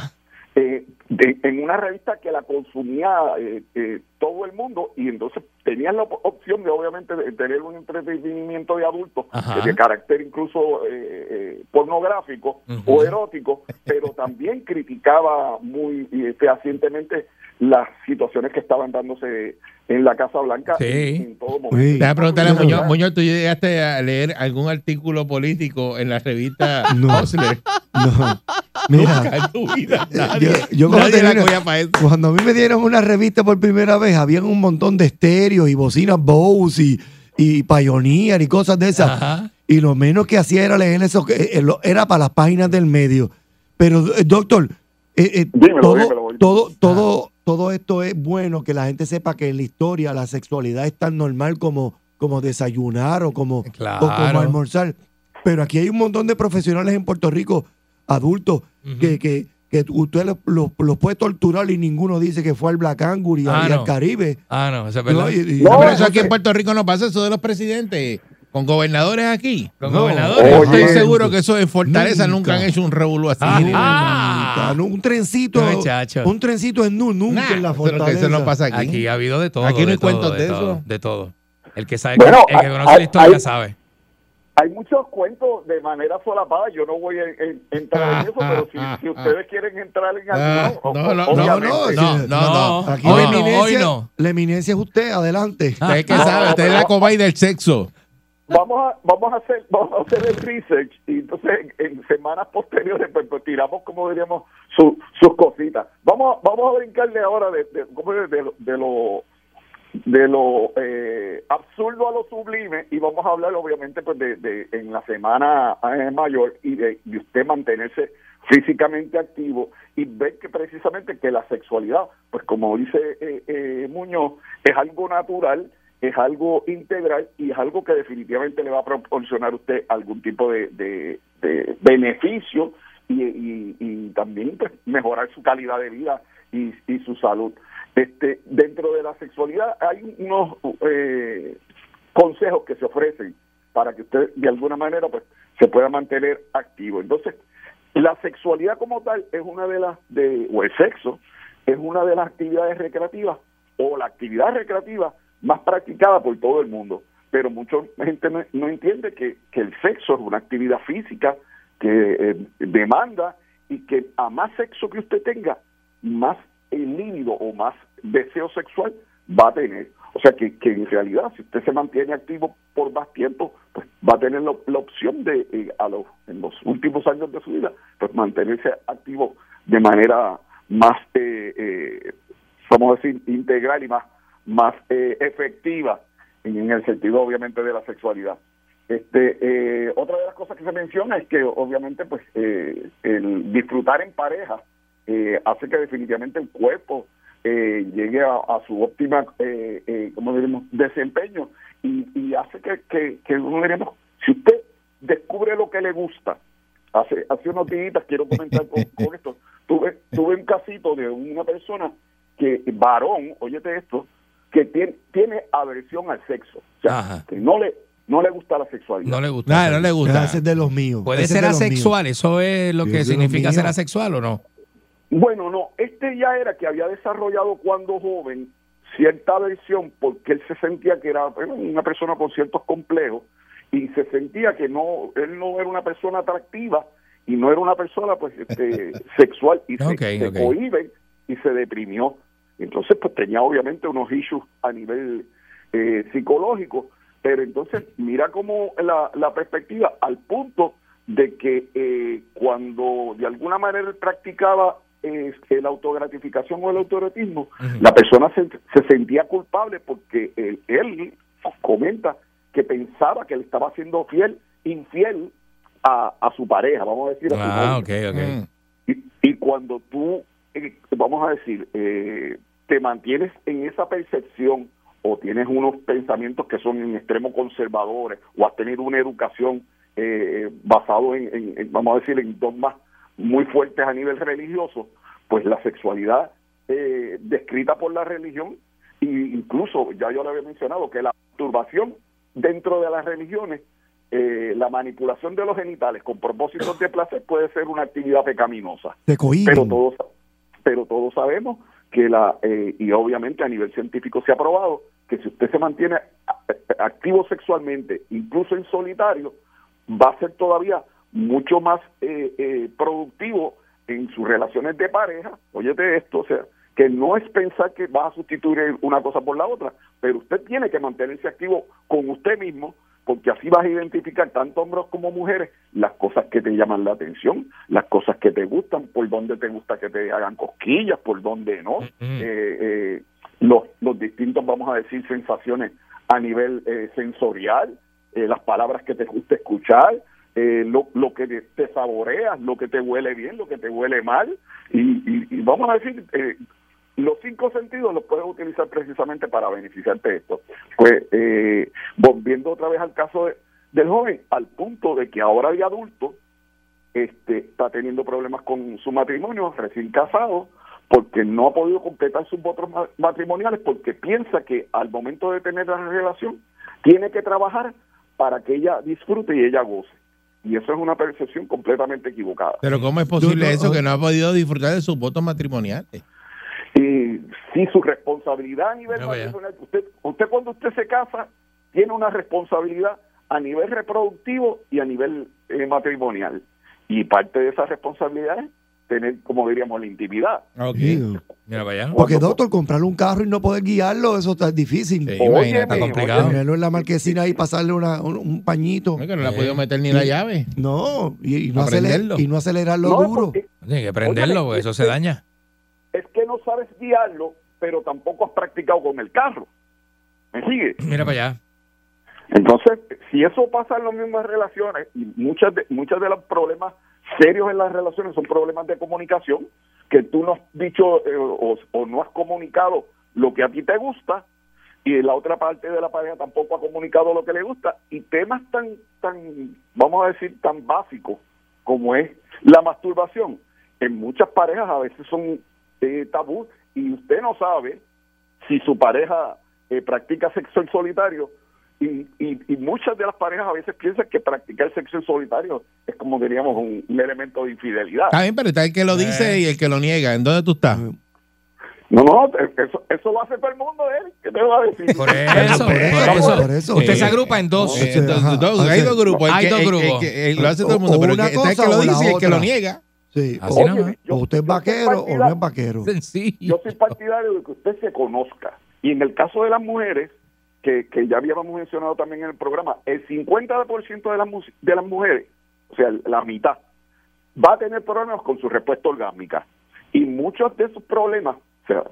eh, de- en una revista que la consumía eh, eh, todo el mundo y entonces tenían la op- opción de obviamente de tener un entretenimiento de adultos Ajá. de carácter incluso eh, eh, pornográfico o erótico, pero también criticaba muy eh, fehacientemente las situaciones que estaban dándose en la Casa Blanca Sí. en, en todo momento. Uy. Te voy a preguntar a Claro. Muñoz. Muñoz, ¿tú llegaste a leer algún artículo político en la revista No. Hustler? No. Mira, En tu vida, Eh, nadie, yo- yo cuando nadie la termino- cogía para eso. Cuando a mí me dieron una revista por primera vez, habían un montón de estéreos y bocinas Bose y, y Pioneer y cosas de esas. Ajá. Y lo menos que hacía era leer eso, que, eh, lo- era para las páginas del medio. Pero, eh, doctor, eh, eh, Dímelo, todo, dímelo, voy. todo, todo, todo esto es bueno que la gente sepa que en la historia la sexualidad es tan normal como, como desayunar o como, Claro. o como almorzar. Pero aquí hay un montón de profesionales en Puerto Rico, adultos, que, que, que usted los, los- los puede torturar y ninguno dice que fue al Black Angus y, Ah, y no. al Caribe. Ah, no, eso es verdad. No, y- y- No, Ah, pero eso aquí entonces- en Puerto Rico no pasa, eso de los presidentes, con gobernadores aquí. Con no. gobernadores. Yo Oye, Estoy seguro que eso en Fortaleza nunca, nunca. han hecho un revuelo así. Ah, ni nada. ah. Nunca, un trencito, No, chacho. un trencito en nu, nunca Nah, en la eso es lo que- fortaleza. eso no pasa aquí. Aquí ha habido de todo. Aquí no de hay todo, cuentos de eso. todo, de todo. El que sabe, Bueno, el que hay- conoce la hay- historia hay- sabe. Hay muchos cuentos de manera solapada, yo no voy a en- Ah, entrar en eso, pero si, si ustedes quieren entrar en Ah, alguno, no, no, o- no, obviamente. no, obviamente. no, no, no. No. Aquí Hoy la no, eminencia- hoy no. La eminencia es usted, adelante. Usted es que Ah, sabe, no, usted es pero- la cobaye del sexo. vamos a vamos a hacer vamos a hacer el research y entonces en, en semanas posteriores pues, pues, tiramos como diríamos su- sus cositas vamos a- vamos a brincarle ahora de de, ¿cómo es? de, lo- de lo de lo eh, absurdo a lo sublime y vamos a hablar obviamente pues de, de- en la semana eh, mayor y de, de usted mantenerse físicamente activo y ver que precisamente que la sexualidad pues como dice eh, eh, Muñoz es algo natural es algo integral y es algo que definitivamente le va a proporcionar a usted algún tipo de, de- de beneficio y, y- y también pues, mejorar su calidad de vida y, y su salud. Este, dentro de la sexualidad hay unos eh, consejos que se ofrecen para que usted de alguna manera pues, se pueda mantener activo. Entonces, la sexualidad como tal es una de las, de, o el sexo, es una de las actividades recreativas o la actividad recreativa más practicada por todo el mundo. Pero mucha gente no, no entiende que, que el sexo es una actividad física que eh, demanda y que a más sexo que usted tenga, más el líbido o más deseo sexual va a tener. O sea que, que en realidad, si usted se mantiene activo por más tiempo, pues va a tener la, la opción de, eh, a los, en los últimos años de su vida, pues mantenerse activo de manera más, eh, eh, vamos a decir, integral y más, más eh, efectiva en, en el sentido, obviamente, de la sexualidad. Este, eh, otra de las cosas que se menciona es que, obviamente, pues eh, el disfrutar en pareja eh, hace que definitivamente el cuerpo eh, llegue a, a su óptima, eh, eh, ¿cómo diremos?, desempeño y, y hace que, que, que uno diremos, si usted descubre lo que le gusta, hace, hace unos días, quiero comentar con, con esto, tuve, tuve un casito de una persona que, varón, óyete esto, que tiene, tiene aversión al sexo, o sea, Ajá. que no le, no le gusta la sexualidad. No le gusta. Nah, no le gusta. Ese es de los míos. Puede ese es ser de los míos. asexual, eso es Yo lo que soy lo significa ser mío. asexual o no. Bueno, no, este ya era que había desarrollado cuando joven cierta versión porque él se sentía que era bueno, una persona con ciertos complejos y se sentía que no, él no era una persona atractiva y no era una persona pues este, sexual y se, Ok, se ok. cohíbe y se deprimió. Entonces pues tenía obviamente unos issues a nivel eh, psicológico, pero entonces mira como la, la perspectiva al punto de que eh, cuando de alguna manera él practicaba eh, la autogratificación o el autoerotismo, la persona se, se sentía culpable porque él, él comenta que pensaba que le estaba siendo fiel, infiel a, a su pareja, vamos a decir, a su novia. Ah, ok, ok. Mm. Y, y cuando tú, eh, vamos a decir, eh, te mantienes en esa percepción o tienes unos pensamientos que son en extremo conservadores o has tenido una educación eh, basado en, en- en, vamos a decir, en dogmas muy fuertes a nivel religioso, pues la sexualidad eh, descrita por la religión, e incluso ya yo lo había mencionado, que la masturbación dentro de las religiones eh, la manipulación de los genitales con propósitos de placer puede ser una actividad pecaminosa. Te cohíben. Pero todos, pero todos sabemos que la, eh, y obviamente a nivel científico se ha probado, que si usted se mantiene a- activo sexualmente, incluso en solitario, va a ser todavía mucho más eh, eh, productivo en sus relaciones de pareja. Óyete esto, o sea, que no es pensar que vas a sustituir una cosa por la otra, pero usted tiene que mantenerse activo con usted mismo, porque así vas a identificar tanto hombres como mujeres las cosas que te llaman la atención, las cosas que te gustan, por dónde te gusta que te hagan cosquillas, por dónde no, eh, eh, los, los distintos, vamos a decir, sensaciones a nivel eh, sensorial, eh, las palabras que te gusta escuchar, eh, lo, lo que te, te saboreas, lo que te huele bien, lo que te huele mal, y, y- y vamos a decir, eh, los cinco sentidos los puedes utilizar precisamente para beneficiarte de esto. Pues eh, volviendo otra vez al caso de- del joven, al punto de que ahora de adulto este, está teniendo problemas con su matrimonio, recién casado, porque no ha podido completar sus votos ma- matrimoniales, porque piensa que al momento de tener la relación tiene que trabajar para que ella disfrute y ella goce. Y eso es una percepción completamente equivocada. Pero ¿cómo es posible Yo no- eso que no ha podido disfrutar de sus votos matrimoniales? y sí su responsabilidad a nivel Ya vaya. matrimonial. Usted, usted cuando usted se casa tiene una responsabilidad a nivel reproductivo y a nivel eh, matrimonial. Y parte de esa responsabilidad es tener, como diríamos, la intimidad. Digo, Mira para allá. Porque, doctor, comprarle un carro y no poder guiarlo, eso está difícil. Sí, Óyeme, imagínate, está complicado. Ponerlo en la marquesina y pasarle una- un, un pañito. Eh, No, que no le ha podido meter ni la llave. No, y, y no, Aprenderlo. aceler- y no acelerarlo No, duro. porque Tiene que prenderlo, Óyeme, porque eso se este- daña. es que no sabes guiarlo, pero tampoco has practicado con el carro. ¿Me sigue? Mira para allá. Entonces, si eso pasa en las mismas relaciones, y muchas de, muchas de los problemas serios en las relaciones son problemas de comunicación, que tú no has dicho eh, o, o no has comunicado lo que a ti te gusta, y la otra parte de la pareja tampoco ha comunicado lo que le gusta, y temas tan, tan vamos a decir, tan básicos como es la masturbación, en muchas parejas a veces son eh, tabú, y usted no sabe si su pareja eh, practica sexo en solitario, y, y, y muchas de las parejas a veces piensan que practicar sexo en solitario es como diríamos un, un elemento de infidelidad. Está bien, pero está el que lo dice y el que lo niega. ¿En dónde tú estás? No, no, eso, eso lo hace todo el mundo, ¿eh? ¿Qué te va a decir? Por eso, por Vamos, eso. por eso. Usted Sí. se agrupa en dos. Eh, do- ajá, dos- o hay sea, dos grupos. El hay que- dos el- el grupos. que- el- lo hace O- todo el mundo, o pero el una que, está el que cosa lo o la dice y el que lo otra. niega. Sí, Así o, nada más. o usted es vaquero o no es vaquero. Sencillo. Yo soy partidario de que usted se conozca. Y en el caso de las mujeres, que, que ya habíamos mencionado también en el programa, el 50% de las, mu- de las mujeres, o sea, la mitad, va a tener problemas con su respuesta orgásmica. Y muchos de esos problemas o sea,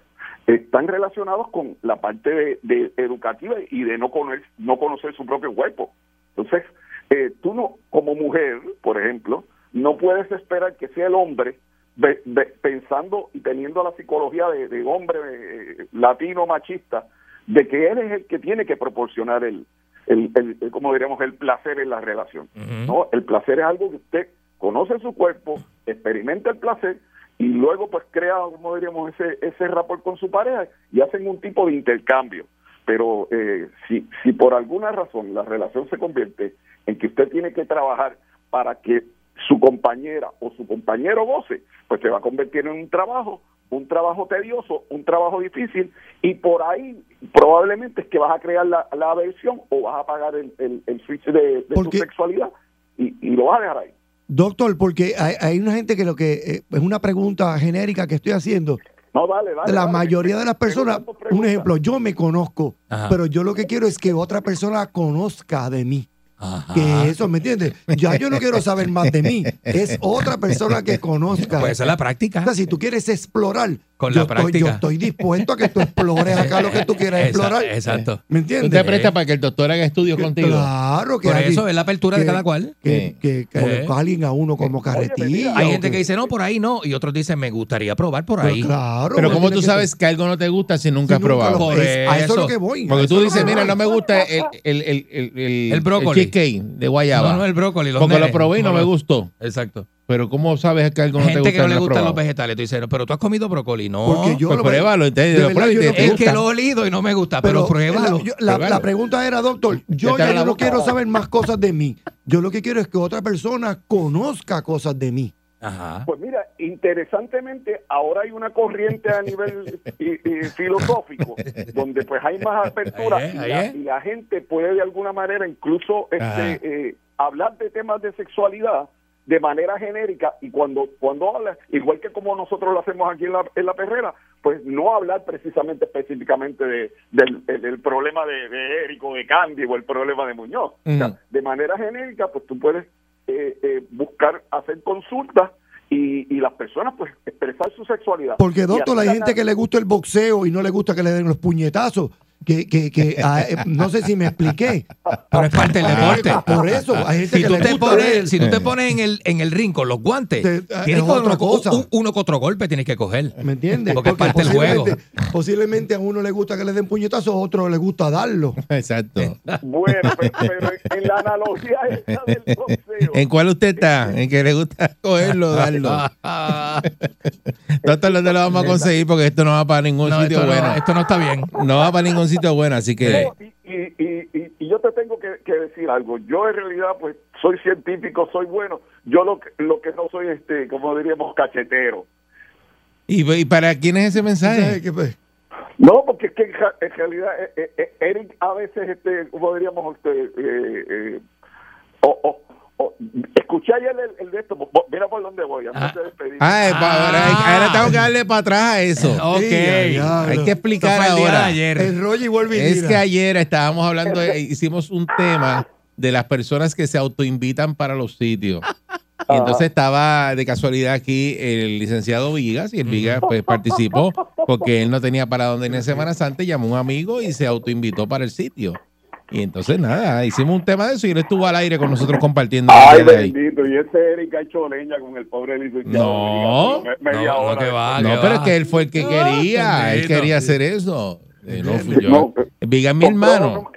están relacionados con la parte de, de educativa y de no conocer, no conocer su propio cuerpo. Entonces, eh, tú no, como mujer, por ejemplo, no puedes esperar que sea el hombre ve- ve- pensando y teniendo la psicología de, de hombre eh, latino machista, de que él es el que tiene que proporcionar el, el, el- el, como diríamos, el placer en la relación. No, el placer es algo que usted conoce su cuerpo, experimenta el placer y luego pues crea, como diríamos, ese, ese rapport con su pareja y hacen un tipo de intercambio. Pero eh, si, si por alguna razón la relación se convierte en que usted tiene que trabajar para que su compañera o su compañero goce, pues se va a convertir en un trabajo, un trabajo tedioso, un trabajo difícil y por ahí probablemente es que vas a crear la, la aversión o vas a apagar el, el, el switch de, de tu Porque- sexualidad y, y lo vas a dejar ahí. Doctor, porque hay, hay una gente que lo que eh, es una pregunta genérica que estoy haciendo. No, dale, dale. la dale, mayoría que de las tengo personas, tantas un preguntas. ejemplo, yo me conozco, Ajá. pero yo lo que quiero es que otra persona conozca de mí. Que eso, ¿me entiendes? Ya yo no quiero saber más de mí, es otra persona que conozca. Pues esa es la O práctica. sea, si tú quieres explorar, Con yo, la estoy, práctica. yo estoy dispuesto a que tú explores acá lo que tú quieras Esa- explorar. exacto. ¿Me Tú entiendes? te prestas para que el doctor haga estudios Que- contigo. Claro que Por alguien- eso es la apertura de que- cada cual. Que, que- que Sí. Eh. alguien a uno Eh, como carretilla. Hay o gente que dice, no, por ahí no. Y otros dicen, me gustaría probar por Pero ahí. Claro. Pero uno ¿cómo tiene tú que- sabes que algo no te gusta si si nunca has nunca probado? lo- Por es- a eso es eso. lo que voy. a Porque tú eso es lo dices, que mira, voy. no me gusta el, el, el, el, el, El brócoli. cheesecake de guayaba. No, no, el brócoli. los porque lo nenes. probé y no Como me los- gustó. Exacto. Pero ¿cómo sabes que algo no te Gente gusta? que no y le has gustan los probado? vegetales. Tú dices, "No, pero tú has comido brócoli. No. Porque yo Pues lo- pruébalo, de entonces, lo verdad, pruebas y yo te- no te me Es que gusta. lo he olido y no me gusta, pero, pruébalo. la- yo- la, Pruébalo. la pregunta era, doctor, yo Vete a ya la yo no boca. quiero saber más cosas de mí. Yo lo que quiero es que otra persona conozca cosas de mí. Ajá. Pues mira, interesantemente, ahora hay una corriente a nivel eh, eh, filosófico, donde pues hay más apertura Ahí es, y, ahí la, es. y la gente puede de alguna manera incluso Ajá. este, eh, hablar de temas de sexualidad de manera genérica y cuando cuando habla, igual que como nosotros lo hacemos aquí en la, en la perrera, pues no hablar precisamente específicamente de- del, el- el problema de, de Eric o de Candy o el problema de Muñoz. O sea, Mm. de manera genérica, pues tú puedes eh, eh, buscar hacer consultas y, y las personas pues expresar su sexualidad. Porque, Y doctor, así hay gente ganar- que le gusta el boxeo y no le gusta que le den los puñetazos. Que, que, que ah, eh, no sé si me expliqué. Pero es parte del deporte. Ah, Ah, Por eso, hay gente Si que tú, le te gusta pones, ver- Eh. si tú te pones en el, en el ring con los guantes, Te- ah, es tienes que otra uno, cosa. un- uno que otro golpe tienes que coger. ¿Me entiendes? Porque, es parte del juego. posiblemente- Posiblemente a uno le gusta que le den puñetazos, a otro le gusta darlo. Eh, Exacto. Bueno, pero, pero en, en la analogía esa del boxeo, ¿En cuál usted está? ¿En que le gusta cogerlo, darlo? Ah, Doctor, ¿dónde lo vamos a conseguir? Porque esto no va para ningún no, sitio esto, bueno. no, esto no está bien. No va para ningún sitio bueno, así que... No, y, y- y- y- y yo te tengo que, que decir algo. Yo en realidad, pues, soy científico, soy bueno. Yo lo, que- lo que no soy, este, como diríamos, cachetero. ¿Y, y para quién es ese mensaje? ¿Sabes qué, pues? No, porque es que en, ja- en realidad eh, eh, eh, Eric a veces, este, como diríamos, este, eh, eh, o, o- o- escuch- escuché ayer el, el de esto. bo- bo- Mira por dónde voy. antes de despedirme. Ah, eh, pa- ahora, hay- ahora tengo que darle para atrás a eso. Ok. Hay que explicar Esto fue el día de ahora. ayer. Enrolla y vuelve y Es tira. que ayer estábamos hablando, eh, hicimos un tema de las personas que se autoinvitan para los sitios. Y entonces estaba de casualidad aquí el licenciado Vigas y el Vigas pues participó porque él no tenía para dónde ir en Semana Santa y llamó a un amigo y se autoinvitó para el sitio. Y entonces nada, hicimos un tema de eso y él estuvo al aire con nosotros compartiendo. la Ay, idea de ahí. bendito. Y ese Eric ha hecho leña con el pobre licenciado. No, Me- media no, no, hora. que va. No, Ah, que pero va. es que él fue el que quería, él bendito. quería hacer eso. Eh, no fui yo. No, Vigas es mi compró los hermano. num-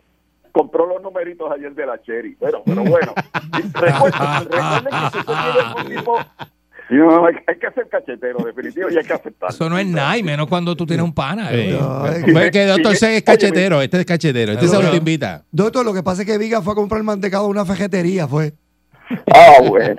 compró los numeritos ayer de la Cherry. Pero, pero bueno. Y recuerden, recuerden que si usted tiene algún tipo. Sí, no, hay, hay que ser cachetero, definitivo, y hay que aceptar. Eso no es nada, y menos cuando tú tienes un pana. Sí. Eh, pues, bro. No, es Fue que doctor Oye, C es cachetero, este es cachetero, este se Seguro. autoinvita. Doctor, lo que pasa es que Viga fue a comprar mantecado a una fajetería, fue. Ah, bueno.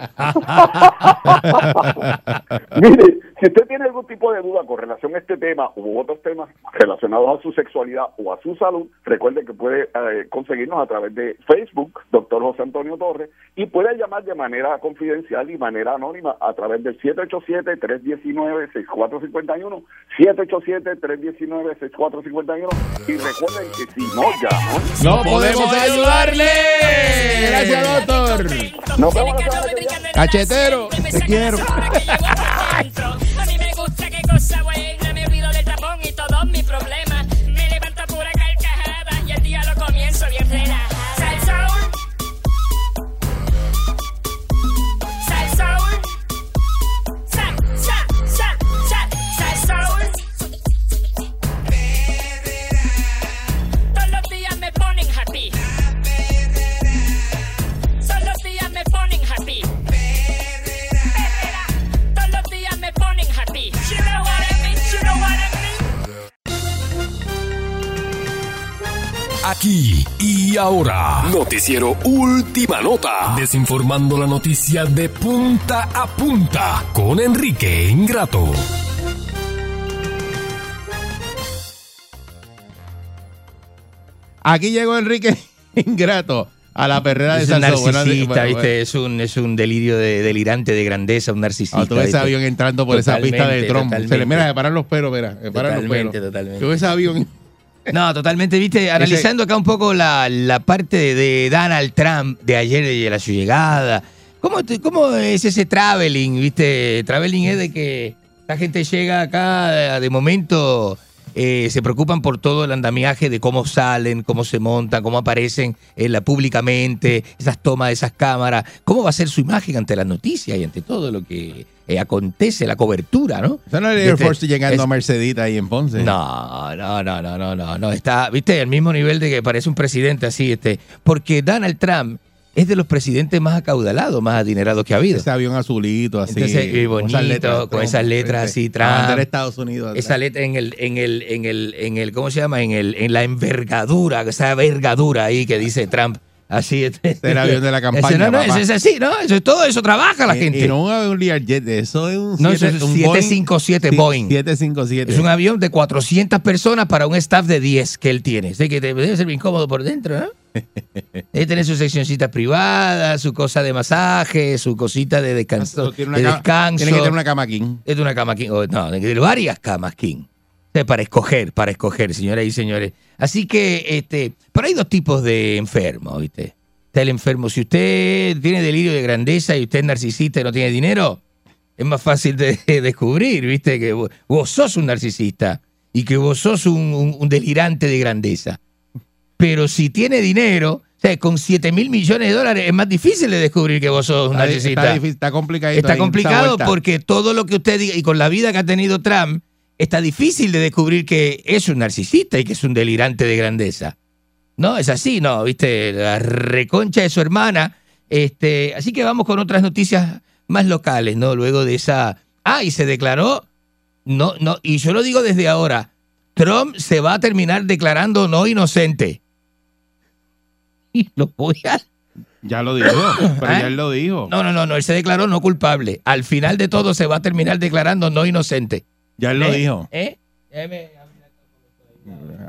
Mire, si usted tiene algún tipo de duda con relación a este tema u otros temas relacionados a su sexualidad o a su salud, recuerde que puede eh, conseguirnos a través de Facebook, doctor José Antonio Torres, y puede llamar de manera confidencial y manera anónima a través del 787-319-6451, 787-319-6451, y recuerden que si no llaman, No podemos ayudarle. Gracias, doctor. nos vemos la semana que viene. Cachetero. Te quiero. A mí me gusta que cosa buena, me olvido del tapón y todos mis problemas. Me levanto a pura carcajada y el día lo comienzo bien relajada. Sal Saúl. Sal Saúl. Sal, sal, sal, sal, sal Saúl. Todos los días me ponen happy. Todos los días me ponen happy. Todos los días me ponen happy. You know what I mean, you know what I mean. Aquí y ahora. Noticiero Última Nota. Desinformando la noticia de punta a punta con Enrique Ingrato. Aquí llegó Enrique Ingrato a la perrera de Es San un Buenas- narcisista, bueno, bueno. ¿viste? Es un, es un delirio de- delirante de grandeza, un narcisista. Ah, tú ves ese ¿viste? avión entrando por esa Totalmente, pista de trombo. Se le totalmente. mira, se paran los pelos, mira, se paran los Totalmente, pelos. totalmente. Tú ves ese avión. No, totalmente, viste, analizando acá un poco la, la parte de, de Donald Trump de ayer, de la su llegada. ¿Cómo, te- ¿Cómo es ese traveling, viste? Traveling es de que la gente llega acá, de, de momento eh, se preocupan por todo el andamiaje de cómo salen, cómo se montan, cómo aparecen en la, públicamente, esas tomas de esas cámaras, cómo va a ser su imagen ante las noticias y ante todo lo que eh, acontece, la cobertura, ¿no? Eso no es el Air Viste, Force llegando es- a Mercedita ahí en Ponce. no, no, no, no, no, no, no. Está, viste, al mismo nivel de que parece un presidente así, este. Porque Donald Trump es de los presidentes más acaudalados, más adinerados que ha habido. Ese avión azulito, así. Entonces, y con esas bonito, con Trump, esas letras ¿viste? Ah, así, La bandera Trump. de Estados Unidos. atrás. Esa letra en el, en el, en el, en el, ¿cómo se llama? En el, en la envergadura, esa envergadura ahí que dice Trump. Así este. Ese era avión de la Ese campaña, no, no, papá. ese es así, ¿no? Eso es todo, eso trabaja la Y- gente. Y Eh, no un avión Learjet, eso es un, No, eso es un 757 Boeing. 757. Es un avión de 400 personas para un staff de 10 que él tiene. Sé que te- debe ser bien cómodo por dentro, ¿no? Debe tener sus seccioncitas privadas, su cosa de masaje, su cosita de descanso. Ah, Tiene una de cama- descanso. Tiene que tener una cama king. Es de una cama king. o- no, de varias camas king. O sea, Para escoger, para escoger, señoras y señores. Así que, este, pero hay dos tipos de enfermos, ¿viste? Está el enfermo. Si usted tiene delirio de grandeza y usted es narcisista y no tiene dinero, es más fácil de, de descubrir, ¿viste? Que vos, vos sos un narcisista y que vos sos un, un- un delirante de grandeza. Pero si tiene dinero, o sea, con 7 mil millones de dólares es más difícil de descubrir que vos sos un Está, narcisista. está difícil, está complicadito Está ahí, esa complicado vuelta. porque todo lo que usted diga, y con la vida que ha tenido Trump, está difícil de descubrir que es un narcisista y que es un delirante de grandeza. No, es así, no, viste, la reconcha de su hermana. Este, así que vamos con otras noticias más locales, ¿no? Luego de esa. Ah, y se declaró. No, no, y yo lo digo desde ahora. Trump se va a terminar declarando no inocente. Y lo voy a Ya lo dijo, pero ¿Eh? ya él lo dijo. no, no, no, no, él se declaró no culpable. Al final de todo se va a terminar declarando no inocente. Ya él lo ¿Eh? dijo. ¿Eh? Déjame-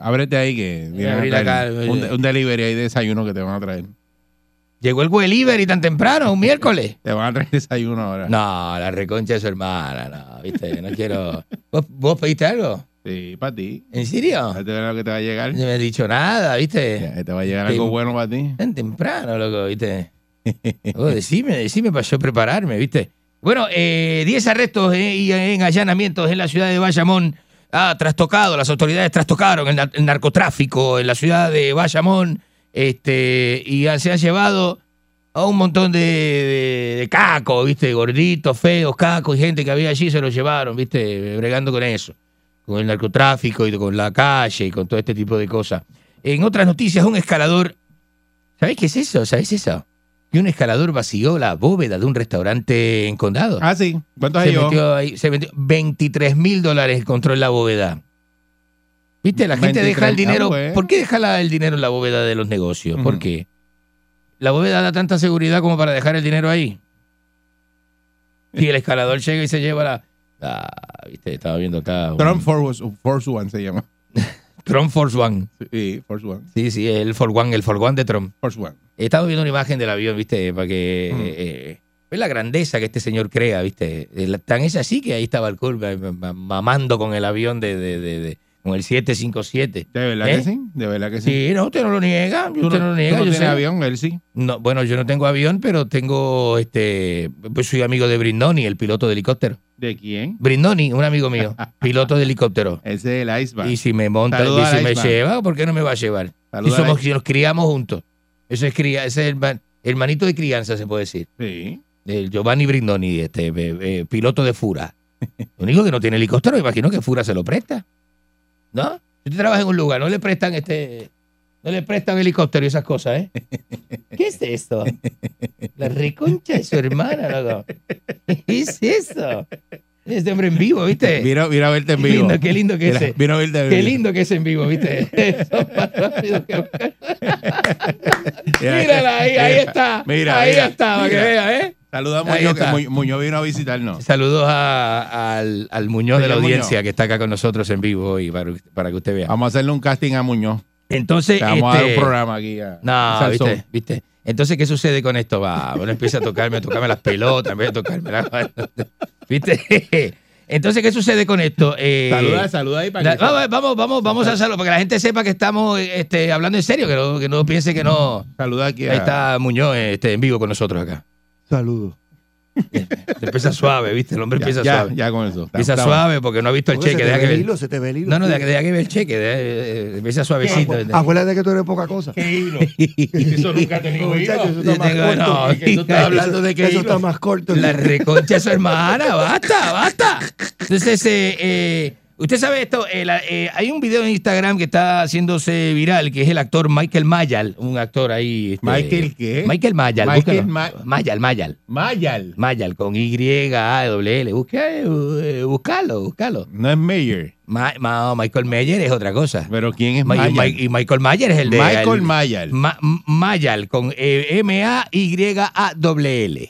Ábrete ahí que vienen a abrí la traer cara, un, oye. un delivery ahí de desayuno que te van a traer. Llegó el delivery tan temprano, un miércoles. Te van a traer desayuno ahora. No, la reconcha de su hermana, no, viste, no quiero. ¿Vos, vos pediste algo? Sí, para ti. ¿En serio? Ya te verás lo que te va a llegar. No me he dicho nada, viste. Ya te va a llegar algo Tem- bueno para ti. Tan temprano, loco, viste. Oh, decime, decime para yo prepararme, viste. Bueno, eh, 10 arrestos eh, y en allanamientos en la ciudad de Bayamón. Ah, trastocado, las autoridades trastocaron el, nar- el narcotráfico en la ciudad de Bayamón. Este, y han- se han llevado a un montón de, de, de cacos, viste, gorditos, feos, cacos y gente que había allí se los llevaron, viste, bregando con eso, con el narcotráfico y con la calle y con todo este tipo de cosas. En otras noticias, un escalador, ¿sabés qué es eso? ¿Sabés eso? Que un escalador vació la bóveda de un restaurante en Condado. Ah, sí. ¿Cuántos se hay yo? metió ahí, se metió 23 mil dólares encontró en la bóveda. Viste, la gente deja 23, el ah, dinero. bueno. ¿Por qué deja la- el dinero en la bóveda de los negocios? ¿Por Ujú. qué? ¿La bóveda da tanta seguridad como para dejar el dinero ahí? Y el escalador llega y se lleva la. Ah, viste, estaba viendo acá. un- Trump Force, Force One se llama. Trump Force One. Sí, Force One. Sí, sí, el Force One, el Force One de Trump. Force One. Mm. He estado viendo una imagen del avión, viste, para que. eh, eh, ¿Ves la grandeza que este señor crea, viste? Eh, la- Tan es así que ahí estaba el curva mamando con el avión de, de- de- de- con el 757. ¿De verdad ¿Eh? que sí? ¿De verdad que sí? Sí, no, usted no lo niega. ¿Tú Usted no, lo tú niega. yo tienes sé. avión? Él sí. No, bueno, yo no tengo avión, pero tengo este. Pues soy amigo de Brindoni, el piloto de helicóptero. ¿De quién? Brindoni, un amigo mío, piloto de helicóptero. Ese es el Iceberg. Y si me monta, Saluda y a si me Iceman. lleva, ¿por qué no me va a llevar? Saluda y a somos, Iceman. si nos criamos juntos. Ese es, cría, ese es el man- hermanito de crianza, se puede decir. Sí. El Giovanni Brindoni, este, eh, eh, piloto de Fura. Lo único que no tiene helicóptero, me imagino que Fura se lo presta. ¿No? Si usted trabaja en un lugar, no le prestan este. No le prestan helicóptero y esas cosas, ¿eh? ¿Qué es esto? La reconcha de su hermana, loco. ¿Qué es esto? Este hombre en vivo, ¿viste? Vino, vino a verte en Qué vivo. lindo, qué lindo que Vino- ese. Vino a verte en vivo. Qué lindo que es en vivo, ¿viste? Eso es más rápido que- Mírala, ahí, ahí está. Eh, Mira, ahí mira, está, para que mira. vea, ¿eh? Saluda a Ahí Muñoz, que está. Mu- Muñoz vino a visitarnos. Saludos a- al, al Muñoz de la Señor audiencia Muñoz. que está acá con nosotros en vivo hoy para, para que usted vea. Vamos a hacerle un casting a Muñoz. Entonces, Te vamos a dar este, un programa aquí. A, No, Salsón. ¿viste? ¿viste? Entonces, ¿qué sucede con esto? Va, bueno, empieza a tocarme, a tocarme las pelotas, en vez de tocarme las... ¿Viste? Entonces, ¿qué sucede con esto? Eh, Saluda, saluda ahí para la- que. vamos, vamos, vamos, vamos a hacerlo, para que la gente sepa que estamos este, hablando en serio, que no, que no piense que no... Saluda aquí a. Ahí está Muñoz este, en vivo con nosotros acá. Saludos. Empieza suave, ¿viste? El hombre Ya, empieza ya, suave. ya con eso. Empieza Estamos- suave porque no ha visto el Porque cheque. se te Deja ve que el ve- hilo, se te ve el hilo. No, no, deja, que- deja que ve el cheque. deja- eh, empieza suavecito. Acu- Acuérdate que tú eres poca cosa. Eso nunca ha tenido Muchacho, hilo. eso está Yo más tengo- no, corto. que- que tú estás eso- hablando de que eso Eso está está más corto. La reconcha de su hermana, basta, basta. Entonces, eh, eh, usted sabe esto, eh, la- eh, hay un video en Instagram que está haciéndose viral, que es el actor Michael Mayall, un actor ahí. este- ¿Michael qué? Michael Mayall, Michael búscalo. Ma- Mayall, Mayall, Mayal. Mayall, con Y, A, W, L, busca, eh, búscalo, búscalo. No es Mayer. Ma- ma- Michael Mayer es otra cosa. Pero ¿quién es Ma- y Mayal? Ma- y Michael Mayer es el de Michael el- Mayal. Ma- M- Mayal con eh, M-A-Y-A-L.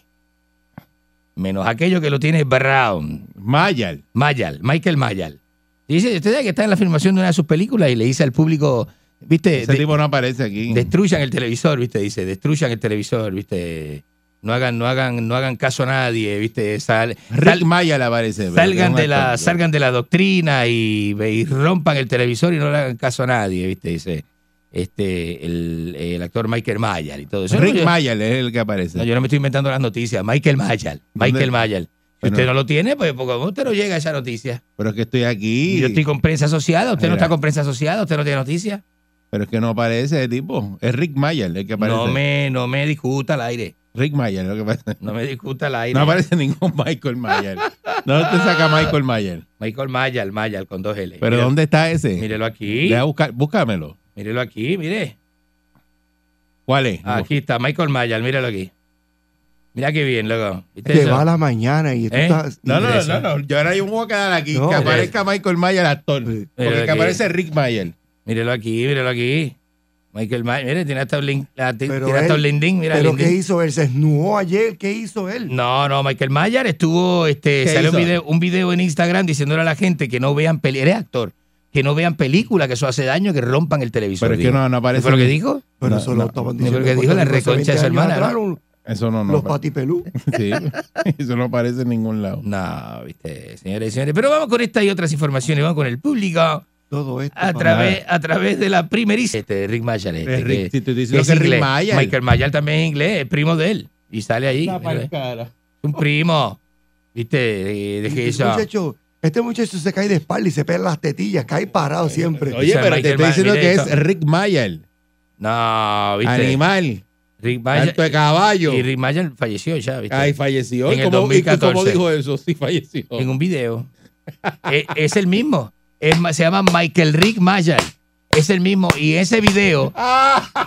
Menos aquello que lo tiene Brown. Mayal. Mayal, Michael Mayal. Y Dice, usted sabe que está en la filmación de una de sus películas y le dice al público, viste, Ese de- tipo no aparece aquí. destruyan el televisor, viste, dice, destruyan el televisor, viste. No hagan, no hagan, no hagan caso a nadie, viste. Sal- Rick sal- Mayal aparece. pero salgan es un de la actor. salgan de la doctrina y, y rompan el televisor y no le hagan caso a nadie viste dice este el, el actor Michael Mayall y todo eso No, Rick yo, Mayal es el que aparece. no, yo no me estoy inventando las noticias Michael Mayall Michael ¿Dónde? Mayall si Bueno. usted no lo tiene pues porque usted no llega a esa noticia Pero es que estoy aquí. yo estoy con prensa asociada usted no Mira. está con prensa asociada usted no tiene noticia Pero es que no aparece ese tipo. Es Rick Mayal el que aparece. no me no me discuta al aire Rick Mayal lo que aparece. no me discuta al aire No aparece ningún Michael Mayal. ¿Dónde te saca Michael Mayal? Michael Mayall Mayall con dos L ¿Pero Mira- dónde está ese? mírelo aquí Deja buscar, búscamelo. mírelo aquí mire Ah, ¿Cuál es? Aquí está, Michael Mayall, míralo aquí. Mira qué bien, loco. ¿Viste Te eso? va a la mañana y tú ¿Eh? estás. No, no, no, Ingresa. no, no. Yo ahora yo me voy a quedar aquí. No. eh. que aparezca Michael Mayer actor. Sí. Mira Porque aquí. que aparece Rick Mayer. Míralo aquí, míralo aquí. Michael Mayall, mire, tiene hasta un link, la- ti- Pero tiene hasta él- un LinkedIn, mira Pero ¿qué LinkedIn. hizo él? Se esnuó ayer. ¿Qué hizo él? No, no, Michael Mayer estuvo, este, ¿Qué salió un hizo? video, un video en Instagram diciéndole a la gente que no vean películas, actor, que no vean películas, que eso hace daño, que rompan el televisor. Pero es que dijo. no, no ¿Qué aparece. fue lo que dijo? Pero No, eso lo no. estaban Ni diciendo. porque en dijo la Puerto Rico hace reconcha de su 20 años hermana, atrás, ¿no? un- Eso no, no. los pa- patipelú. Sí. Eso no aparece en ningún lado. No, viste, señores y señores. Pero vamos con esta y otras informaciones. Vamos con el público Todo esto. a papá. través, a través de la primeriza. Este, Rick Mayall. Este, Es Rick- que- si tú dices que lo es que es Rick inglés. Mayall. Michael Mayall también es inglés, es primo de él. Y sale ahí. Una mira, palcara. Un primo. Viste, de, de Este que esa- muchacho, este muchacho se cae de espalda y se pega las tetillas, cae parado siempre. Oye, San pero te Michael estoy Ma- diciendo mire que esto. es Rick Mayer, No, viste. animal, Rick Mayall. tanto de caballo. Y Rick Mayall falleció ya, viste. Ay, falleció. En ¿Y el cómo, y cómo 2014. dijo eso? Sí, falleció. en un video. E- es, el mismo. Es ma- se llama Michael Rick Mayall. Es el mismo. Y ese video,